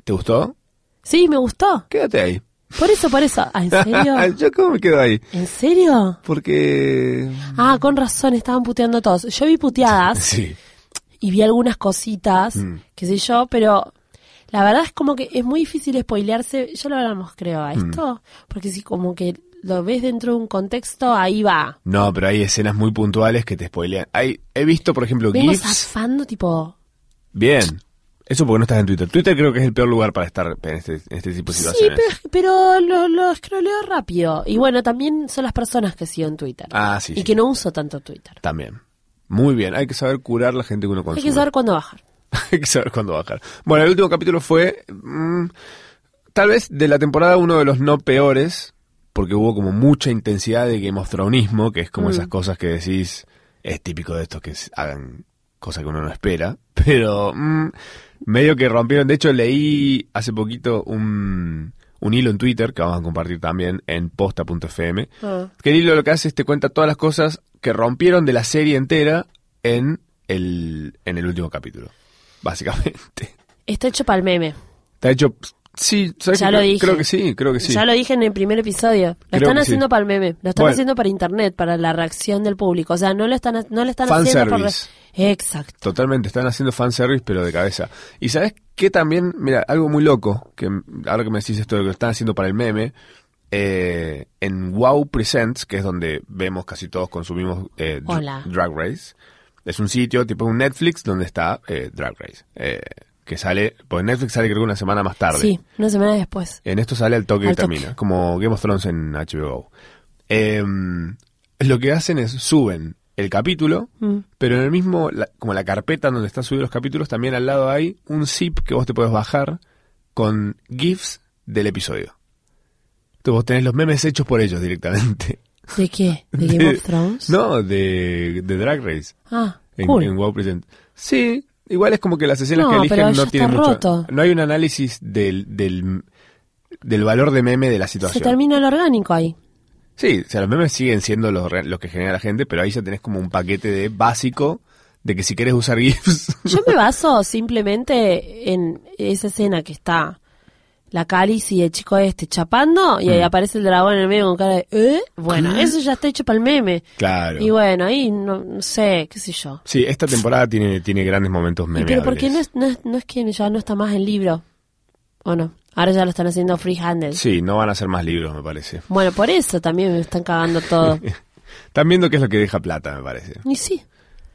C: ¿Te gustó?
B: Sí, me gustó,
C: Quédate ahí.
B: por eso, por eso, Ah, ¿en serio?
C: yo cómo me quedo ahí.
B: ¿En serio?
C: Porque.
B: Ah, con razón, estaban puteando todos. Yo vi puteadas
C: Sí.
B: y vi algunas cositas,
C: Mm.
B: qué sé yo, pero la verdad es como que es muy difícil spoilearse, ya lo hablamos creo a
C: Mm.
B: esto, porque si como que lo ves dentro de un contexto, ahí va.
C: No, pero hay escenas muy puntuales que te spoilean. Hay, he visto, por ejemplo,
B: Vengo
C: GIFs.
B: zafando tipo...
C: Bien. Eso porque no estás en Twitter. Twitter creo que es el peor lugar para estar en este, en este tipo de
B: Sí,
C: situaciones.
B: pero, pero lo, lo escroleo rápido. Y bueno, también son las personas que sigo en Twitter.
C: Ah, sí,
B: Y
C: sí.
B: que no uso tanto Twitter.
C: También. Muy bien, hay que saber curar la gente que uno consume.
B: Hay que saber cuándo bajar.
C: Hay que saber cuándo bajar. Bueno, el último capítulo fue mm, tal vez de la temporada uno de los no peores, porque hubo como mucha intensidad de Game of Thronesismo, que es como
B: Mm.
C: esas cosas que decís, es típico de estos que s- hagan cosas que uno no espera, pero mm, medio que rompieron. De hecho, leí hace poquito un, un hilo en Twitter, que vamos a compartir también en posta.fm,
B: Ah.
C: que el hilo lo que hace es te cuenta todas las cosas que rompieron de la serie entera en el, en el último capítulo, básicamente.
B: Está hecho para el meme.
C: Está hecho... Sí, ¿sabes
B: Ya
C: qué?
B: lo
C: creo,
B: dije.
C: creo que sí, creo que sí.
B: Ya lo dije en el primer episodio. Lo
C: Creo
B: están
C: que
B: haciendo
C: sí.
B: para el meme. Lo están
C: Bueno.
B: haciendo para internet, para la reacción del público. O sea, no lo están, no lo están
C: Fanservice.
B: haciendo para. Exacto.
C: Totalmente, están haciendo fanservice, pero de cabeza. Y sabes que también, mira, algo muy loco, que m- ahora que me decís esto de que lo están haciendo para el meme, eh, en Wow Presents, que es donde vemos casi todos consumimos eh, dr-
B: Hola.
C: Drag Race, es un sitio tipo un Netflix donde está eh, Drag Race, eh, que sale, pues Netflix sale creo que una semana más tarde.
B: Sí, una semana después.
C: En esto sale al toque
B: Al
C: y termina,
B: toque.
C: como Game of Thrones en HBO. Em, lo que hacen es suben el capítulo,
B: Mm.
C: pero en el mismo, la- como la carpeta donde están subidos los capítulos, también al lado hay un zip que vos te podés bajar con GIFs del episodio. Entonces vos tenés los memes hechos por ellos directamente.
B: ¿De qué? ¿De Game of Thrones?
C: No, de, de Drag Race.
B: Ah,
C: En,
B: cool.
C: en WoW Present. Sí, igual es como que las escenas
B: No,
C: que
B: pero
C: eligen
B: ya
C: no
B: está
C: tienen mucho.
B: roto.
C: No hay un análisis del, del, del valor de meme de la
B: Se
C: situación.
B: termina el orgánico ahí.
C: Sí, o sea, los memes siguen siendo los, re- los que genera la gente, pero ahí ya tenés como un paquete de básico de que si querés usar GIFs.
B: Yo me baso simplemente en esa escena que está la Calis y el chico este chapando y ahí
C: Mm.
B: aparece el dragón en el medio con cara de ¿eh? Bueno, eso ya está hecho para el meme.
C: claro.
B: Y bueno, ahí no, no sé, qué sé yo.
C: Sí, esta temporada tiene, tiene grandes momentos
B: Y
C: memes.
B: pero porque no es, no, es, no es que ya no está más el libro. ¿O no? Ahora ya lo están haciendo freehanded.
C: Sí, no van a ser más libros, me parece.
B: Bueno, por eso también me están cagando todo.
C: Están viendo qué es lo que deja plata, me parece.
B: y sí.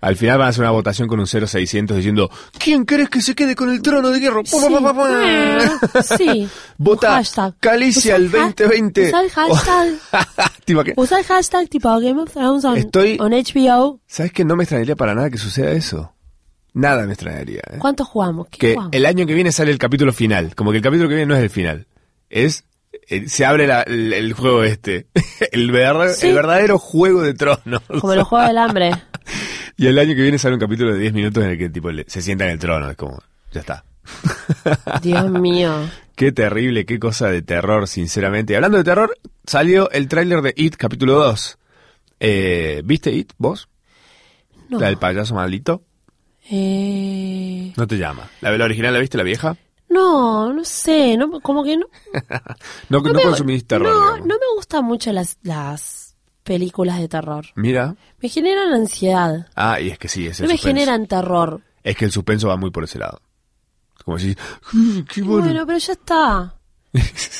C: Al final van a hacer una votación con un 0600 diciendo ¿Quién crees que se quede con el trono de hierro?
B: Sí. Eh, sí.
C: Vota
B: Un hashtag.
C: Calicia
B: Usa
C: al
B: el ha-
C: 2020.
B: usa el hashtag.
C: ¿Te imaginas?
B: Usa el hashtag tipo Game of Thrones on,
C: Estoy-
B: on HBO.
C: ¿Sabes que no me extrañaría para nada que suceda eso? Nada me extrañaría. ¿eh?
B: ¿Cuánto jugamos? ¿Qué
C: Que
B: jugamos?
C: el año que viene sale el capítulo final. Como que el capítulo que viene no es el final. Es. eh, se abre la- el, el juego este. El, verdad-
B: Sí.
C: el verdadero juego de tronos.
B: Como los Juegos del Hambre.
C: Y el año que viene sale un capítulo de 10 minutos en el que tipo le- se sienta en el trono. Es como. Ya está.
B: Dios mío.
C: Qué terrible, qué cosa de terror, sinceramente. Y hablando de terror, salió el tráiler de It, capítulo 2. Eh, ¿Viste It, vos?
B: No.
C: La del payaso maldito.
B: Eh,
C: No te llama. ¿La, la original la viste, la vieja?
B: no, no sé. No, como que no.
C: No, no,
B: me-
C: consumís terror.
B: No,
C: digamos.
B: no me gustan mucho las, las películas de terror.
C: Mira.
B: Me generan ansiedad.
C: Ah, y es que sí, es el
B: No me
C: suspenso.
B: generan terror.
C: Es que el suspenso va muy por ese lado. Como si, qué
B: Bueno.
C: bueno.
B: pero ya está. O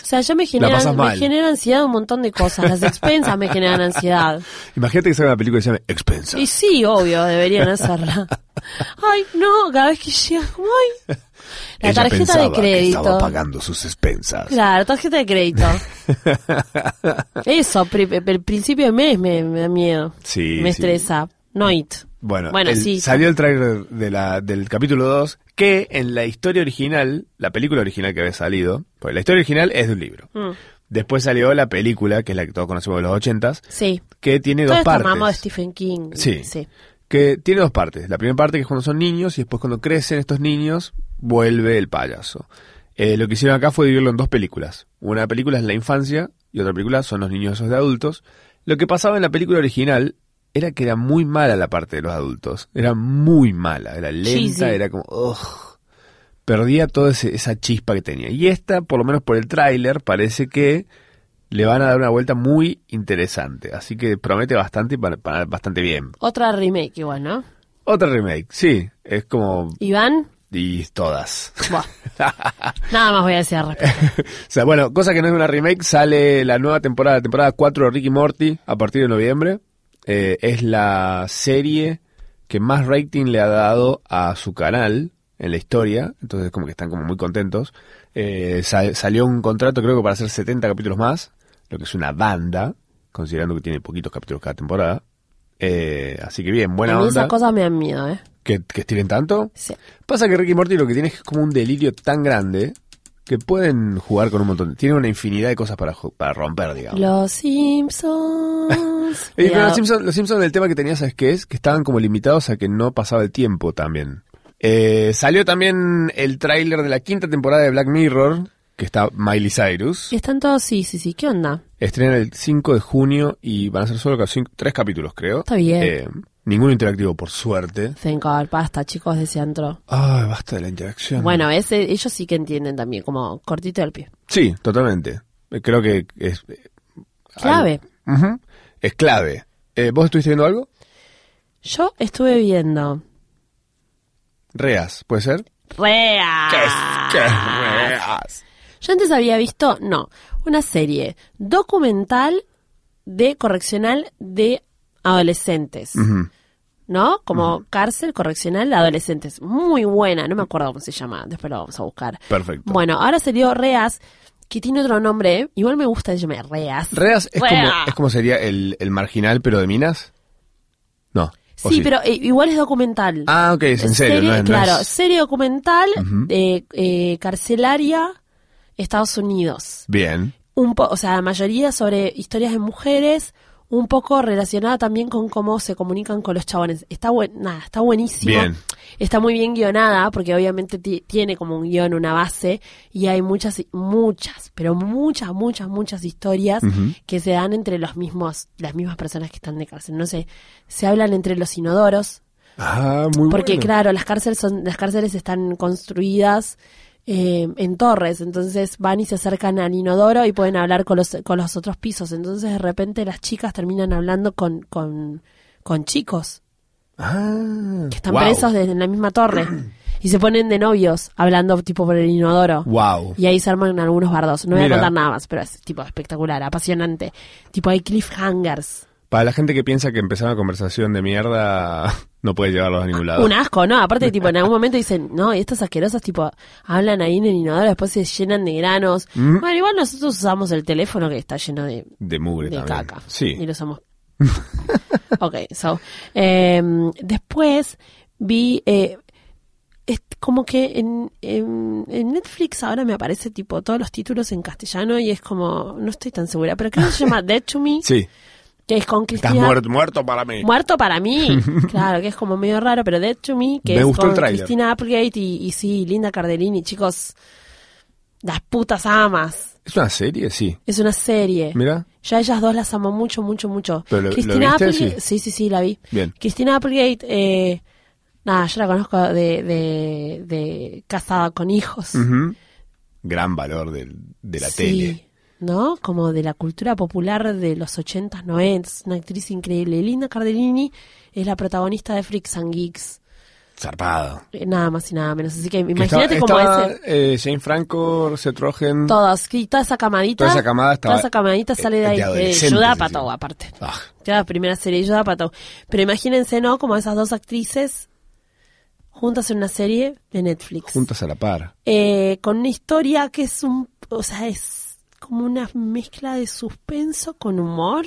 B: sea, ya me
C: pasas
B: generan, me
C: mal.
B: genera ansiedad un montón de cosas. Las expensas me generan ansiedad.
C: Imagínate que salga una película que se llame Expensa.
B: Y sí, obvio, deberían hacerla. Ay, no, cada vez que llega, como ay. La
C: Ella
B: tarjeta
C: pensaba
B: de
C: que
B: crédito.
C: estaba pagando sus expensas.
B: Claro, tarjeta de crédito. Eso, pri- el principio de mes me, me da miedo.
C: Sí,
B: Me
C: sí.
B: estresa. No it.
C: Bueno,
B: bueno
C: el-
B: sí.
C: salió el trailer de la, del capítulo 2 que en la historia original, la película original que había salido, pues la historia original es de un libro.
B: Mm,
C: Después salió la película, que es la que todos conocemos de los ochentas,
B: sí.
C: que tiene
B: Todo
C: dos
B: esto mamá de
C: partes.
B: Stephen King.
C: Sí. Que tiene dos partes. La primera parte que es cuando son niños y después cuando crecen estos niños vuelve el payaso. Eh, lo que hicieron acá fue dividirlo en dos películas. Una película es la infancia y otra película son los niños esos de adultos. Lo que pasaba en la película original era que era muy mala la parte de los adultos. Era muy mala, era lenta,
B: Cheesy.
C: era como... "Ugh". Perdía toda ese- esa chispa que tenía. Y esta, por lo menos por el tráiler, parece que le van a dar una vuelta muy interesante. Así que promete bastante y para- para- bastante bien.
B: Otra remake igual, ¿no?
C: Otra remake, sí. Es como...
B: Iván,
C: Y todas.
B: Buah. nada más voy a decir al
C: o
B: respecto.
C: sea, bueno, cosa que no es una remake, sale la nueva temporada, la temporada 4 de Ricky Morty a partir de noviembre. Eh, es la serie que más rating le ha dado a su canal en la historia. Entonces como que están como muy contentos. Eh, sal- salió un contrato creo que para hacer 70 capítulos más, lo que es una banda, considerando que tiene poquitos capítulos cada temporada. Eh, así que bien, buena
B: a mí
C: onda.
B: esas cosas me dan miedo, ¿eh?
C: ¿Que, que estiren tanto?
B: Sí.
C: Pasa que Ricky Morty lo que tiene es que es como un delirio tan grande que pueden jugar con un montón. Tienen una infinidad de cosas para, ju- para romper, digamos.
B: Los Simpsons.
C: Y con
B: Mira,
C: los Simpsons, los Simpsons el tema que tenía, ¿sabes qué es? Que estaban como limitados a que no pasaba el tiempo también. Eh, salió también el tráiler de la quinta temporada de Black Mirror, que está Miley Cyrus.
B: Están todos, sí, sí, sí. ¿Qué onda?
C: Estrena el 5 de junio y van a ser solo ca- cinco- tres capítulos, creo.
B: Está bien.
C: Eh, ninguno interactivo, por suerte.
B: Thank God, basta, chicos de Ciantro.
C: Ay, basta de la interacción.
B: Bueno, ese, ellos sí que entienden también, como cortito del pie.
C: Sí, totalmente. Eh, Creo que es... eh,
B: Clave.
C: algo- Ujú, Es clave. Eh, ¿Vos estuviste viendo algo?
B: Yo estuve viendo.
C: Reas, ¿puede ser?
B: ¡Rea! Ah.
C: ¿Qué es Reas?
B: Yo antes había visto, no, una serie documental de correccional de adolescentes.
C: Ujú.
B: ¿no? Como cárcel correccional de adolescentes. Muy buena, no me acuerdo cómo se llama, después lo vamos a buscar.
C: Perfecto.
B: Bueno, ahora salió Reas, que tiene otro nombre, ¿eh? igual me gusta llamarme Reas.
C: Reas es,
B: Rea.
C: Como, es como sería el, el marginal, pero de minas. No. ¿o
B: Sí, pero eh, igual es documental.
C: Ah, ok, es en serio.
B: Serie-
C: no es- no
B: claro,
C: es-
B: serie documental
C: Ujú.
B: eh, eh, carcelaria Estados Unidos.
C: Bien.
B: un po- o sea, la mayoría sobre historias de mujeres, un poco relacionada también con cómo se comunican con los chabones. Está buen, nada, está buenísimo.
C: Bien.
B: Está muy bien guionada, porque obviamente ti- tiene como un guión, una base, y hay muchas, muchas, pero muchas, muchas, muchas historias
C: Ujú.
B: que se dan entre los mismos, las mismas personas que están de cárcel. No sé, se hablan entre los inodoros,
C: Ah, muy
B: porque
C: bueno.
B: claro, las cárceles son, las cárceles están construidas eh, en torres, entonces van y se acercan al inodoro y pueden hablar con los, con los otros pisos. Entonces de repente las chicas terminan hablando con, con, con chicos
C: Ah,
B: que están
C: wow.
B: presos desde en la misma torre y se ponen de novios hablando tipo por el inodoro.
C: Wow.
B: Y ahí se arman algunos bardos. No voy
C: Mira.
B: a contar nada más, pero es tipo espectacular, apasionante. Tipo hay cliffhangers.
C: Para la gente que piensa que empezar una conversación de mierda no puede llevarlos a ningún lado.
B: Un asco, ¿no? Aparte, tipo, en algún momento dicen, no, y estos asquerosos, tipo, hablan ahí en el inodoro, después se llenan de granos.
C: Mm.
B: Bueno, igual nosotros usamos el teléfono que está lleno de,
C: De mugre
B: de
C: también.
B: caca. Y
C: Sí.
B: lo usamos. ok, so. eh, después vi, eh, es como que en, en, en Netflix ahora me aparece, tipo, todos los títulos en castellano y es como, no estoy tan segura, pero creo que se llama Dead to Me,
C: Sí.
B: que es con
C: Estás
B: Cristina
C: muerto, muerto para mí.
B: Muerto para mí. Claro, que es como medio raro, pero Dead to Me, que
C: Me
B: es
C: gustó el
B: con
C: tráiler.
B: Cristina Applegate y, y sí, Linda Cardellini, chicos. Las putas amas.
C: ¿Es una serie? Sí.
B: Es una serie.
C: Mira.
B: Yo a ellas dos las amo mucho, mucho, mucho.
C: ¿Pero lo- lo viste?
B: Applegate. Sí. sí, sí, la vi.
C: Bien.
B: Cristina Applegate, eh, nada, yo la conozco de, de, de casada con hijos.
C: Ujú. Gran valor del- de la
B: Sí,
C: tele.
B: ¿No? Como de la cultura popular de los 80s, 90 Una actriz increíble. Linda Cardellini es la protagonista de Freaks and Geeks.
C: Zarpado.
B: Eh, Nada más y nada menos. Así que
C: Que
B: imagínate
C: estaba-
B: como
C: estaba,
B: ese.
C: eh, Jane Franco, Seth Rogen.
B: Todos, que toda esa camadita.
C: Toda esa camada estaba-
B: toda esa camadita
C: eh,
B: sale de
C: de
B: ahí. De
C: adolescentes,
B: Yudapato,
C: encima.
B: aparte.
C: Ah,
B: Ya la primera serie de Yudapato. Pero imagínense, ¿no? Como esas dos actrices juntas en una serie de Netflix.
C: juntas a la par.
B: eh, con una historia que es un, o sea, es como una mezcla de suspenso con humor,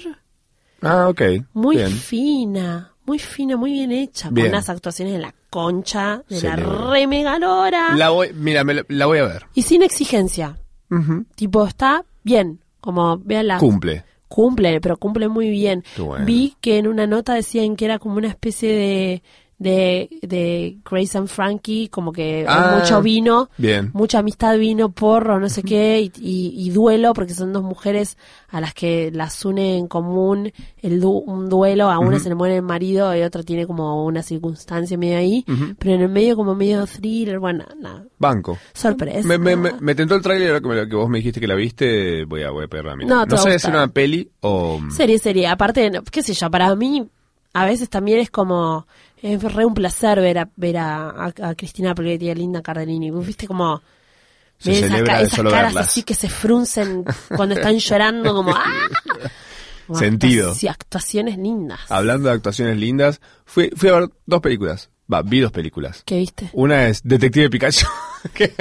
C: Ah, ok.
B: muy
C: Bien.
B: fina, muy fina, muy bien hecha,
C: Bien.
B: con unas actuaciones de la concha, de
C: Celebro.
B: la re megalora
C: La voy, mira, me la, la voy a ver.
B: y sin exigencia,
C: Ujú.
B: tipo está bien, como véanla,
C: Cumple.
B: cumple, pero cumple muy bien.
C: Qué bueno.
B: Vi que en una nota decían que era como una especie de de, de Grace and Frankie, como que hay
C: Ah,
B: mucho vino,
C: bien.
B: mucha amistad vino, porro, no sé qué, y, y- y duelo, porque son dos mujeres a las que las une en común el du- un duelo, a una se le muere el marido y otra tiene como una circunstancia medio ahí, pero en el medio como medio thriller, bueno, nada,
C: Banco.
B: sorpresa.
C: Me, me, me, me tentó el tráiler ahora que, me lo- que vos me dijiste que la viste. Voy a, voy a pegarla a mirar.
B: No, te va a
C: sé si es
B: gustar.
C: una peli o.
B: Serie, serie. Aparte, no, qué sé yo, para mí a veces también es como, es re un placer ver a, ver a, a- a Cristina Applegate y a Linda Cardellini. Vos Viste como...
C: Se
B: ves esas,
C: celebra
B: ca-
C: de
B: esas
C: solo
B: caras
C: verlas.
B: así que se fruncen cuando están llorando como... ¡Ah! Como
C: Sentido.
B: actuaci- actuaciones lindas.
C: Hablando de actuaciones lindas, fui, fui a ver dos películas. Va, vi dos películas.
B: ¿Qué viste?
C: Una es Detective Pikachu. que-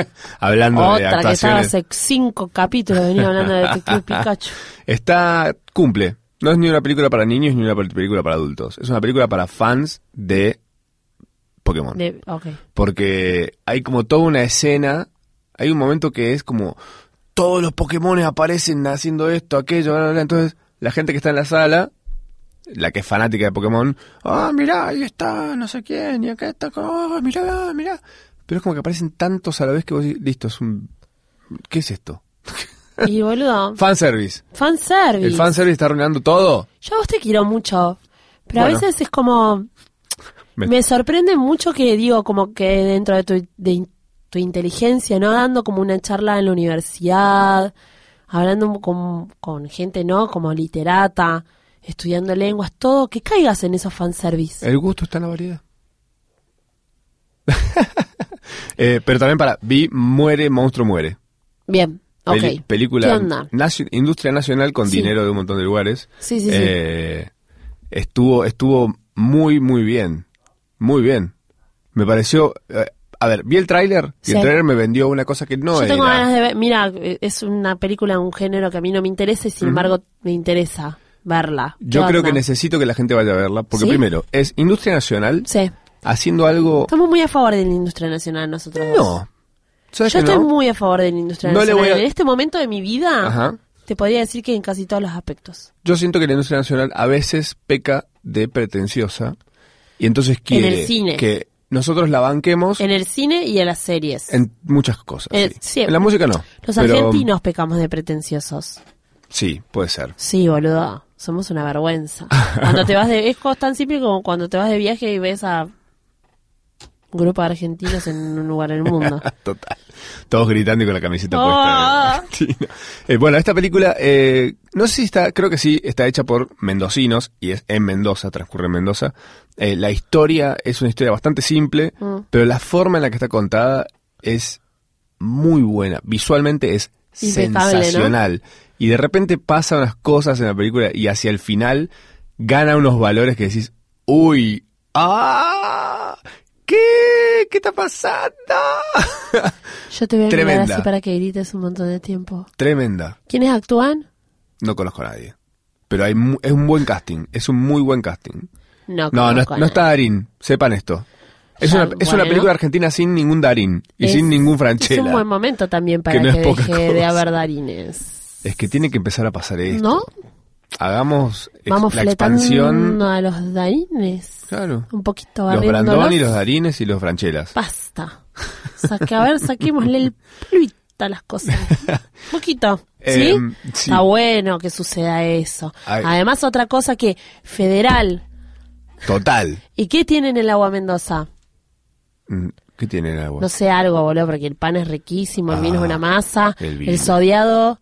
C: hablando de
B: Otra que estaba
C: actuaciones.
B: hace cinco capítulos venía hablando de Detective Pikachu.
C: Está cumple. No es ni una película para niños ni una pel- película para adultos. Es una película para fans de Pokémon.
B: De- ok.
C: Porque hay como toda una escena, hay un momento que es como todos los Pokémon aparecen haciendo esto, aquello, bla, bla, bla. entonces la gente que está en la sala, la que es fanática de Pokémon, ah, mirá, ahí está, no sé quién, y acá está, ah, mirá, mirá. Pero es como que aparecen tantos a la vez que vos decís, listo, es un... ¿Qué es esto?
B: Y boludo,
C: Fanservice.
B: fanservice.
C: El fanservice está arruinando todo.
B: Yo a vos te quiero mucho, pero
C: Bueno.
B: a veces es como...
C: Me-
B: Me sorprende mucho que digo como que dentro de tu, de in- tu inteligencia, ¿no? Dando como una charla en la universidad, hablando con, con gente, ¿no? Como literata, estudiando lenguas, todo, que caigas en esos fanservice.
C: El gusto está en la variedad. Eh, pero también para, vi Muere, Monstruo Muere.
B: Bien, ok.
C: Peli- película
B: ¿Qué onda?
C: nacio- industria nacional con
B: Sí.
C: dinero de un montón de lugares.
B: Sí, sí, sí.
C: Eh, estuvo, estuvo muy, muy bien. Muy bien. Me pareció... eh, a ver, vi el tráiler y el
B: Sí.
C: tráiler me vendió una cosa que no
B: Yo
C: era.
B: tengo ganas de ver, mira, es una película, un género que a mí no me interesa y sin embargo me interesa verla. ¿Qué
C: Yo creo
B: onda?
C: que necesito que la gente vaya a verla. Porque
B: ¿Sí?
C: primero, es industria nacional
B: Sí,
C: haciendo algo...
B: estamos muy a favor de la industria nacional nosotros. dos.
C: No. ¿Sabes
B: Yo
C: que
B: estoy
C: no?
B: muy a favor de la industria
C: No le
B: nacional.
C: voy a-
B: En este momento de mi vida,
C: Ajá.
B: te podría decir que en casi todos los aspectos.
C: Yo siento que la industria nacional a veces peca de pretenciosa y entonces quiere
B: el cine.
C: que nosotros la banquemos en,
B: En el cine y en las series.
C: muchas cosas.
B: Eh,
C: sí.
B: sí.
C: En la música no.
B: Los
C: pero-
B: argentinos pecamos de pretenciosos.
C: Sí, puede ser.
B: Sí, boludo. Somos una vergüenza. Cuando te vas de... Es co- tan simple como cuando te vas de viaje y ves a un grupo de argentinos en un lugar del mundo.
C: Total. Todos gritando y con la camiseta
B: Oh.
C: puesta. Argentina. Eh, bueno, esta película, eh, no sé si está, creo que sí, está hecha por mendocinos y es en Mendoza, transcurre en Mendoza. Eh, la historia es una historia bastante simple,
B: Mm.
C: pero la forma en la que está contada es muy buena. Visualmente es
B: Impecable, ¿no?
C: sensacional. Y de repente pasa unas cosas en la película y hacia el final gana unos valores que decís, uy, ah, ¿qué? ¿Qué está pasando?
B: Yo te voy a mirar
C: Tremenda.
B: así para que grites un montón de tiempo.
C: Tremenda.
B: ¿Quiénes actúan?
C: No conozco a nadie. Pero hay mu- es un buen casting. Es un muy buen casting.
B: No,
C: No, no,
B: conozco a
C: no está
B: nadie.
C: Darín. Sepan esto. Es,
B: Ya,
C: una, es una
B: bueno.
C: película argentina sin ningún Darín. Y
B: Es-
C: sin ningún
B: Es un buen
C: Franchella.
B: momento también para
C: no
B: que,
C: es poca
B: deje de
C: cosa.
B: haber darines.
C: Es, que tiene que empezar a pasar esto.
B: ¿No?
C: Hagamos ex-
B: Vamos
C: este, la
B: fletando
C: expansión.
B: a los darines.
C: Claro.
B: Un poquito
C: Los
B: barriéndolos.
C: Brandón y los Darines y los Franchelas.
B: Basta. Saque, a ver, saquémosle el pluita a las cosas. Un poquito. ¿Sí?
C: Em, sí.
B: Está bueno que suceda eso.
C: Ay.
B: Además, otra cosa que, federal.
C: Total.
B: ¿Y qué tienen el agua Mendoza?
C: Mm, ¿Qué tiene el agua?
B: No sé algo, boludo, porque el pan es riquísimo, el vino es
C: Ah,
B: una masa,
C: el
B: el,
C: vino.
B: sodiado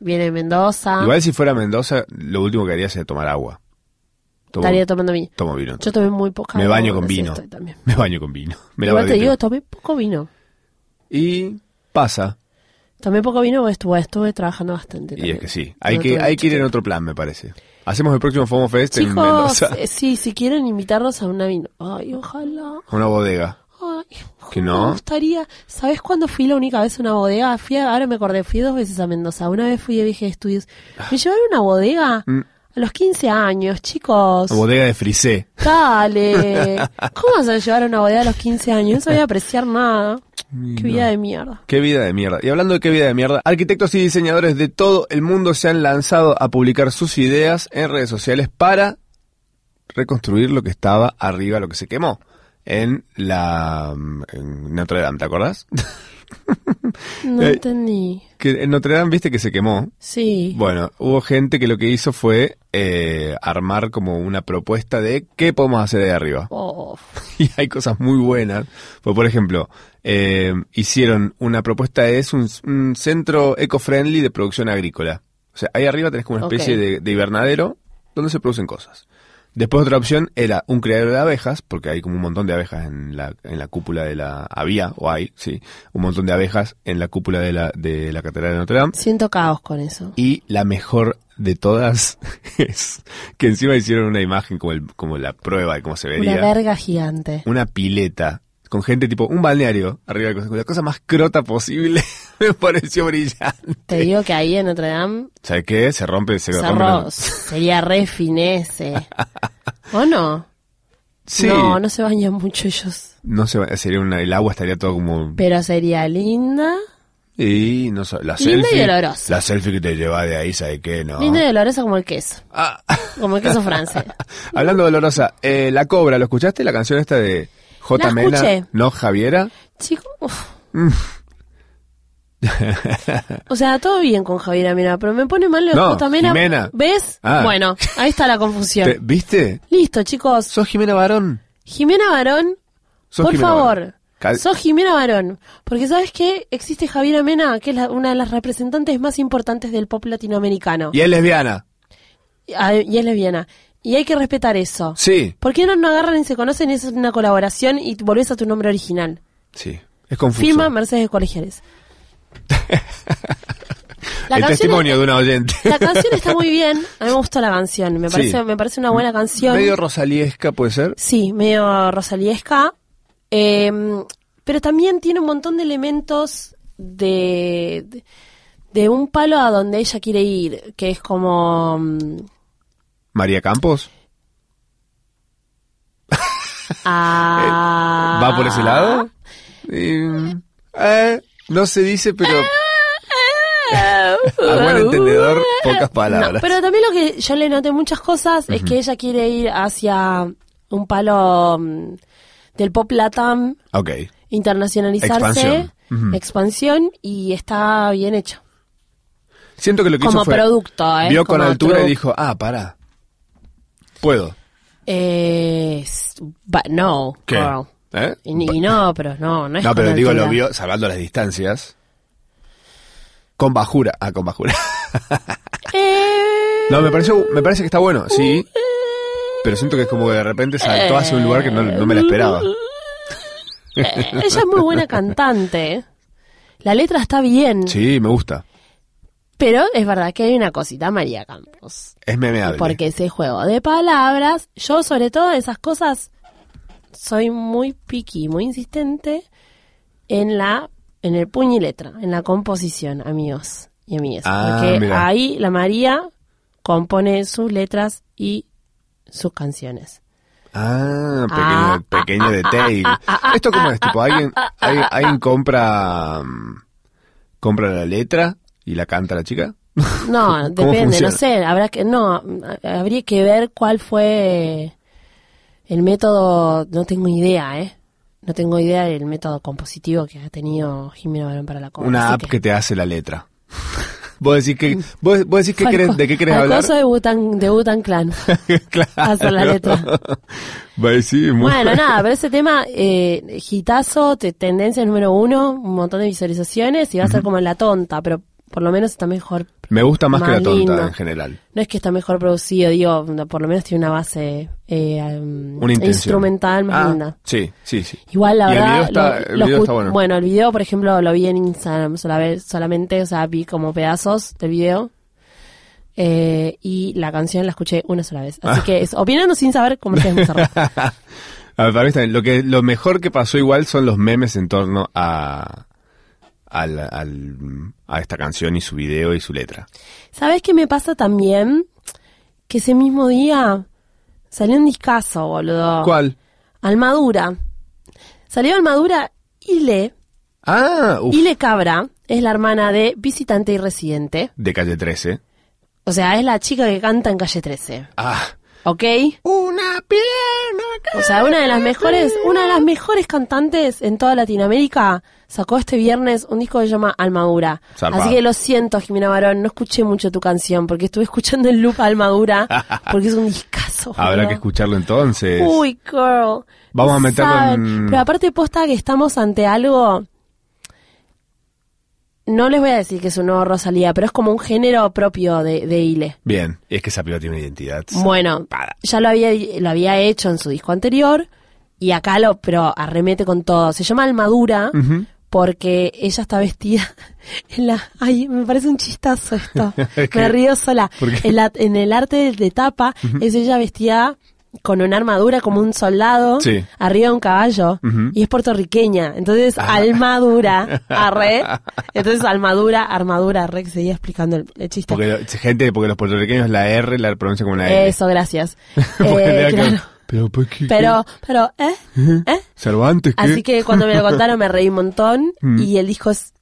B: viene de Mendoza.
C: Igual si fuera Mendoza, lo último que haría sería tomar agua. Tomo,
B: Estaría tomando vino.
C: tomo vino.
B: Yo tomé muy poca
C: Me
B: agua,
C: baño con
B: así
C: vino.
B: estoy también.
C: Me baño con vino. Me lavo
B: Igual te
C: el
B: digo,
C: diente.
B: tomé poco vino.
C: Y pasa.
B: Tomé poco vino porque estuve, estuve trabajando bastante.
C: Y es
B: también.
C: que sí, hay
B: No
C: que,
B: tuve
C: hay
B: mucho
C: que ir en
B: tiempo.
C: otro plan, me parece. Hacemos el próximo FOMO Fest en
B: Chicos,
C: Mendoza,
B: eh, sí, si quieren invitarnos a una vino. Ay, ojalá.
C: a una bodega.
B: Ay,
C: ¿Que
B: me
C: no?
B: gustaría. ¿Sabes cuándo fui la única vez a una bodega? Fui a- ahora me acordé, fui dos veces a Mendoza. Una vez fui de viaje de estudios. Me llevaron a una bodega
C: Ah. Mm.
B: a los 15 años, chicos.
C: Una bodega de frisé.
B: Dale. ¿Cómo vas a llevar a una bodega a los 15 años? No sabía apreciar nada. Qué vida de mierda.
C: Qué vida de mierda. Y hablando de qué vida de mierda, arquitectos y diseñadores de todo el mundo se han lanzado a publicar sus ideas en redes sociales para reconstruir lo que estaba arriba, lo que se quemó en la mm, en Notre Dame, ¿te acordás?
B: No
C: Eh,
B: entendí.
C: Que en Notre Dame viste que se quemó.
B: Sí.
C: Bueno, hubo gente que lo que hizo fue eh, armar como una propuesta de qué podemos hacer de arriba.
B: Oh,
C: y hay cosas muy buenas. Pues, por ejemplo, eh, hicieron una propuesta, es un, un centro eco-friendly de producción agrícola. O sea, ahí arriba tenés como una especie
B: Ok.
C: de, de hibernadero donde se producen cosas. Después otra opción era un criadero de abejas, porque hay como un montón de abejas en la, en la cúpula de la... Había, o hay, sí, un montón de abejas en la cúpula de la, de la Catedral de Notre Dame.
B: siento caos con eso.
C: Y la mejor de todas es que encima hicieron una imagen como, el, como la prueba de cómo se vería
B: Una verga gigante.
C: una pileta con gente tipo un balneario arriba de cosas, la cosa más crota posible me pareció brillante.
B: Te digo que ahí en Notre Dame
C: ¿Sabes qué? Se rompe, se rompe.
B: cerró. Sería re finesse. ¿O no?
C: Sí.
B: No, no se bañan mucho ellos.
C: No se va- sería una, el agua estaría todo como
B: Pero sería linda.
C: y no sé, la
B: Linda y
C: selfie.
B: dolorosa.
C: la selfie que te lleva de ahí, ¿sabes qué? No.
B: Linda y dolorosa como el queso.
C: Ah.
B: Como el queso francés.
C: Hablando de dolorosa, eh, la cobra, ¿lo escuchaste la canción esta de J
B: La
C: Mena?
B: escuché.
C: No Javiera.
B: Chico, uf.
C: Mm.
B: O sea, todo bien con Javier Mena, pero me pone mal lo de
C: No,
B: J. Mena.
C: Jimena.
B: ¿Ves?
C: Ah.
B: Bueno, ahí está la confusión.
C: Te- ¿Viste?
B: Listo, chicos.
C: Sos Jimena Barón.
B: Jimena Barón,
C: Sos
B: por
C: Jimena
B: favor.
C: Barón. Cal-
B: Sos Jimena Barón. Porque ¿sabes qué? Existe Javier Mena, que es la- una de las representantes más importantes del pop latinoamericano.
C: Y es lesbiana.
B: Ah, Y es lesbiana. Y hay que respetar eso.
C: Sí.
B: ¿Por qué no nos agarran y se conocen y es una colaboración y volvés a tu nombre original?
C: Sí. Es confuso.
B: Firma Mercedes Colegiales. La
C: el
B: canción
C: testimonio de una oyente.
B: La canción está muy bien. A mí me gustó la canción. Me
C: Sí.
B: parece, me parece una buena canción.
C: Medio rosaliesca puede ser.
B: Sí, medio rosaliesca. Eh, pero también tiene un montón de elementos de, de, de un palo a donde ella quiere ir, que es como... mm,
C: María Campos.
B: a-
C: ¿Va por ese lado? Eh, eh, no se dice, pero
B: Ah.
C: A buen entendedor, pocas palabras.
B: No, pero también lo que yo le noté muchas cosas es que ella quiere ir hacia un palo mm, del pop latam,
C: ok.
B: internacionalizarse,
C: Expansión. Ujú.
B: expansión, y está bien hecho.
C: Siento que lo que
B: Como
C: hizo fue
B: producto, ¿eh?
C: vio con
B: Como
C: altura
B: produ-
C: y dijo, "Ah, pará. Puedo."
B: Eh, s- but no,
C: ¿Qué?
B: girl.
C: ¿Eh?
B: Y, ni- y no, pero no, no es
C: No,
B: con
C: pero digo, lo
B: altura.
C: vio salvando las distancias. Con bajura. Ah, con bajura.
B: Eh,
C: No, me, pareció, me parece que está bueno, sí. Pero siento que es como que de repente saltó hacia un lugar que no, no me la esperaba.
B: eh, ella es muy buena cantante. La letra está bien.
C: Sí, me gusta.
B: Pero es verdad que hay una cosita, María Campos.
C: Es memeable.
B: Porque ese juego de palabras, yo sobre todo de esas cosas, soy muy picky, muy insistente en la en el puño y letra, en la composición, amigos y amigas.
C: Ah,
B: porque
C: mirá.
B: ahí la María compone sus letras y sus canciones.
C: Ah,
B: Ah,
C: pequeño, pequeño detail. ¿Esto cómo es? Tipo, alguien, alguien, alguien compra, mm, compra la letra y la canta la chica.
B: No,
C: ¿Cómo
B: depende,
C: funciona?
B: no sé, habrá que no, habría que ver cuál fue el método, no tengo idea, ¿eh? No tengo idea del método compositivo que ha tenido Jimena Barón para la cobra.
C: Una
B: así
C: app que te hace la letra. Vos decís que, vos, vos decís que
B: Al
C: querés-
B: co-
C: de qué querés
B: al
C: hablar.
B: coso de Butan, de Wu-Tang Clan.
C: claro.
B: hacer la letra.
C: Va a decir, muy-
B: bueno, nada, pero ese tema, eh, hitazo, te- tendencia número uno, un montón de visualizaciones y va a ser como la tonta, pero por lo menos está mejor.
C: Me gusta más, que la tonta
B: Malino.
C: en general.
B: No es que está mejor producido, digo, por lo menos tiene una base eh, um,
C: Una intención.
B: instrumental más
C: Ah,
B: linda.
C: Sí, sí, sí.
B: Igual la
C: Y el
B: verdad,
C: video está- el video
B: escu-
C: está bueno.
B: el video, por ejemplo, lo vi en Instagram sola vez- solamente, o sea, vi como pedazos del video. Eh, y la canción la escuché una sola vez.
C: Ah.
B: Así que es opinando sin saber cómo se desarrolla.
C: A ver, para mí está bien. Lo, que, lo mejor que pasó igual son los memes en torno a, al- al- a esta canción y su video y su letra.
B: ¿Sabes qué me pasa también? Que ese mismo día salió un discazo, boludo.
C: ¿Cuál?
B: Almadura. Salió Almadura y le,
C: Ah, uf,
B: y le Cabra, es la hermana de Visitante y Residente.
C: de calle 13.
B: O sea, es la chica que canta en Calle 13.
C: Ah,
B: ¿Ok?
C: una pierna.
B: O sea, una de las mejores, una de las mejores cantantes en toda Latinoamérica sacó este viernes un disco que se llama Almadura.
C: Zarpado.
B: Así que lo siento, Jimena Barón, no escuché mucho tu canción porque estuve escuchando el loop Almadura porque es un discazo.
C: Habrá
B: boludo.
C: que escucharlo entonces.
B: Uy, girl.
C: Vamos a
B: No
C: meterlo
B: saben.
C: en-
B: Pero aparte posta que estamos ante algo no les voy a decir que es un nuevo Rosalía, pero es como un género propio de, de Ile.
C: Bien, es que esa piba tiene una identidad.
B: Bueno, ya lo había, lo había hecho en su disco anterior y acá lo, pero arremete con todo. Se llama Almadura
C: Ujú.
B: porque ella está vestida en la... Ay, me parece un chistazo esto.
C: ¿Qué?
B: me río sola.
C: ¿Por qué?
B: En, la- en el arte de, de tapa es ella vestida con una armadura como un soldado
C: Sí.
B: arriba de un caballo
C: Ujú. Ah.
B: y es puertorriqueña. Entonces, almadura, arre. Entonces, almadura, armadura, arre, que seguía explicando el, el chiste.
C: Porque, gente, porque los puertorriqueños la R la pronuncian como una L.
B: Eso, gracias.
C: Porque
B: Eh,
C: le da
B: claro.
C: como- Pero, ¿por qué?
B: Pero, pero, ¿eh? ¿eh?
C: Cervantes, ¿qué?
B: Así que cuando me lo contaron me reí un montón y el disco es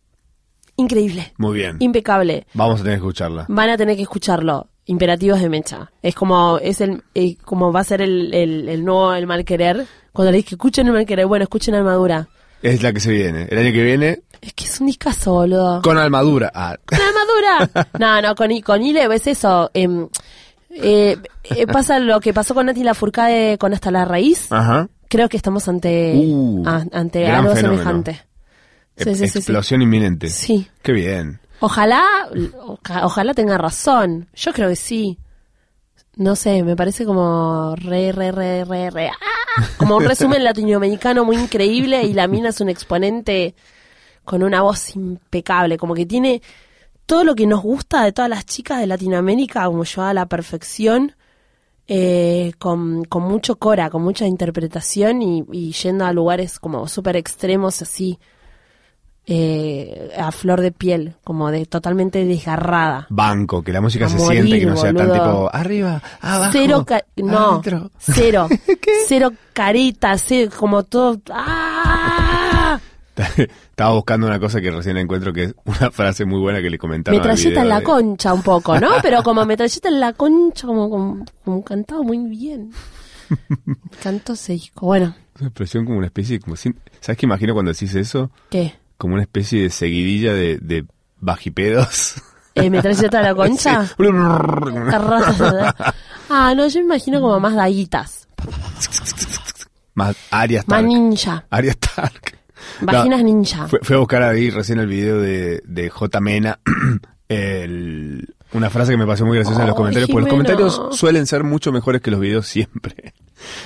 B: increíble,
C: Muy bien.
B: impecable.
C: Vamos a tener que escucharla.
B: Van a tener que escucharlo. Imperativos de Mecha. Es como es el eh, como va a ser el, el, el nuevo El Mal Querer. Cuando le dije, escuchen El Mal Querer, bueno, escuchen Armadura.
C: Es la que se viene. El año que viene,
B: Es que es un discazo, boludo.
C: con armadura. Ah,
B: ¡Una armadura! No, no, con, I- con Ile es eso. em, eh, eh, pasa lo que pasó con Nati Lafourcade con Hasta la Raíz.
C: Ajá.
B: Creo que estamos ante,
C: Uh,
B: a- ante
C: gran
B: algo
C: fenómeno.
B: semejante. Sí,
C: E-
B: sí, sí, sí.
C: Explosión inminente.
B: Sí.
C: Qué bien.
B: Ojalá, oca- ojalá tenga razón. Yo creo que sí. No sé, me parece como re, re, re, re, re. ¡ah! Como un resumen latinoamericano muy increíble y la mina es un exponente con una voz impecable, como que tiene todo lo que nos gusta de todas las chicas de Latinoamérica, como yo a la perfección, eh, con, con mucho cora, con mucha interpretación y, y yendo a lugares como súper extremos así, eh, a flor de piel, como de totalmente desgarrada.
C: Banco, que la música
B: A
C: se
B: morir,
C: siente, que no sea tan
B: boludo.
C: tipo arriba, abajo.
B: cero ca- no
C: adentro.
B: cero
C: ¿Qué?
B: cero carita cero, como todo ¡Ah!
C: Estaba buscando una cosa que recién encuentro que es una frase muy buena que le comentaron. al
B: metralleta
C: video eh.
B: en la
C: de-
B: concha un poco no pero como metralleta en la concha como como, como cantaba muy bien canto ese disco bueno
C: Una expresión como una especie, como sin- ¿sabes qué imagino cuando decís eso?
B: qué
C: Como una especie de seguidilla de, de bajipedos.
B: Eh, metralleta en la concha
C: Sí. Como una-
B: ah no yo me imagino como más daguitas
C: Más Arias
B: más
C: Tark.
B: ninja
C: Arias Stark.
B: vaginas ninja
C: Fue, fui a buscar ahí recién el video de, de J. Mena. el- una frase que me pasó muy graciosa en los
B: Ay,
C: comentarios, porque los
B: Jimena.
C: comentarios suelen ser mucho mejores que los videos siempre.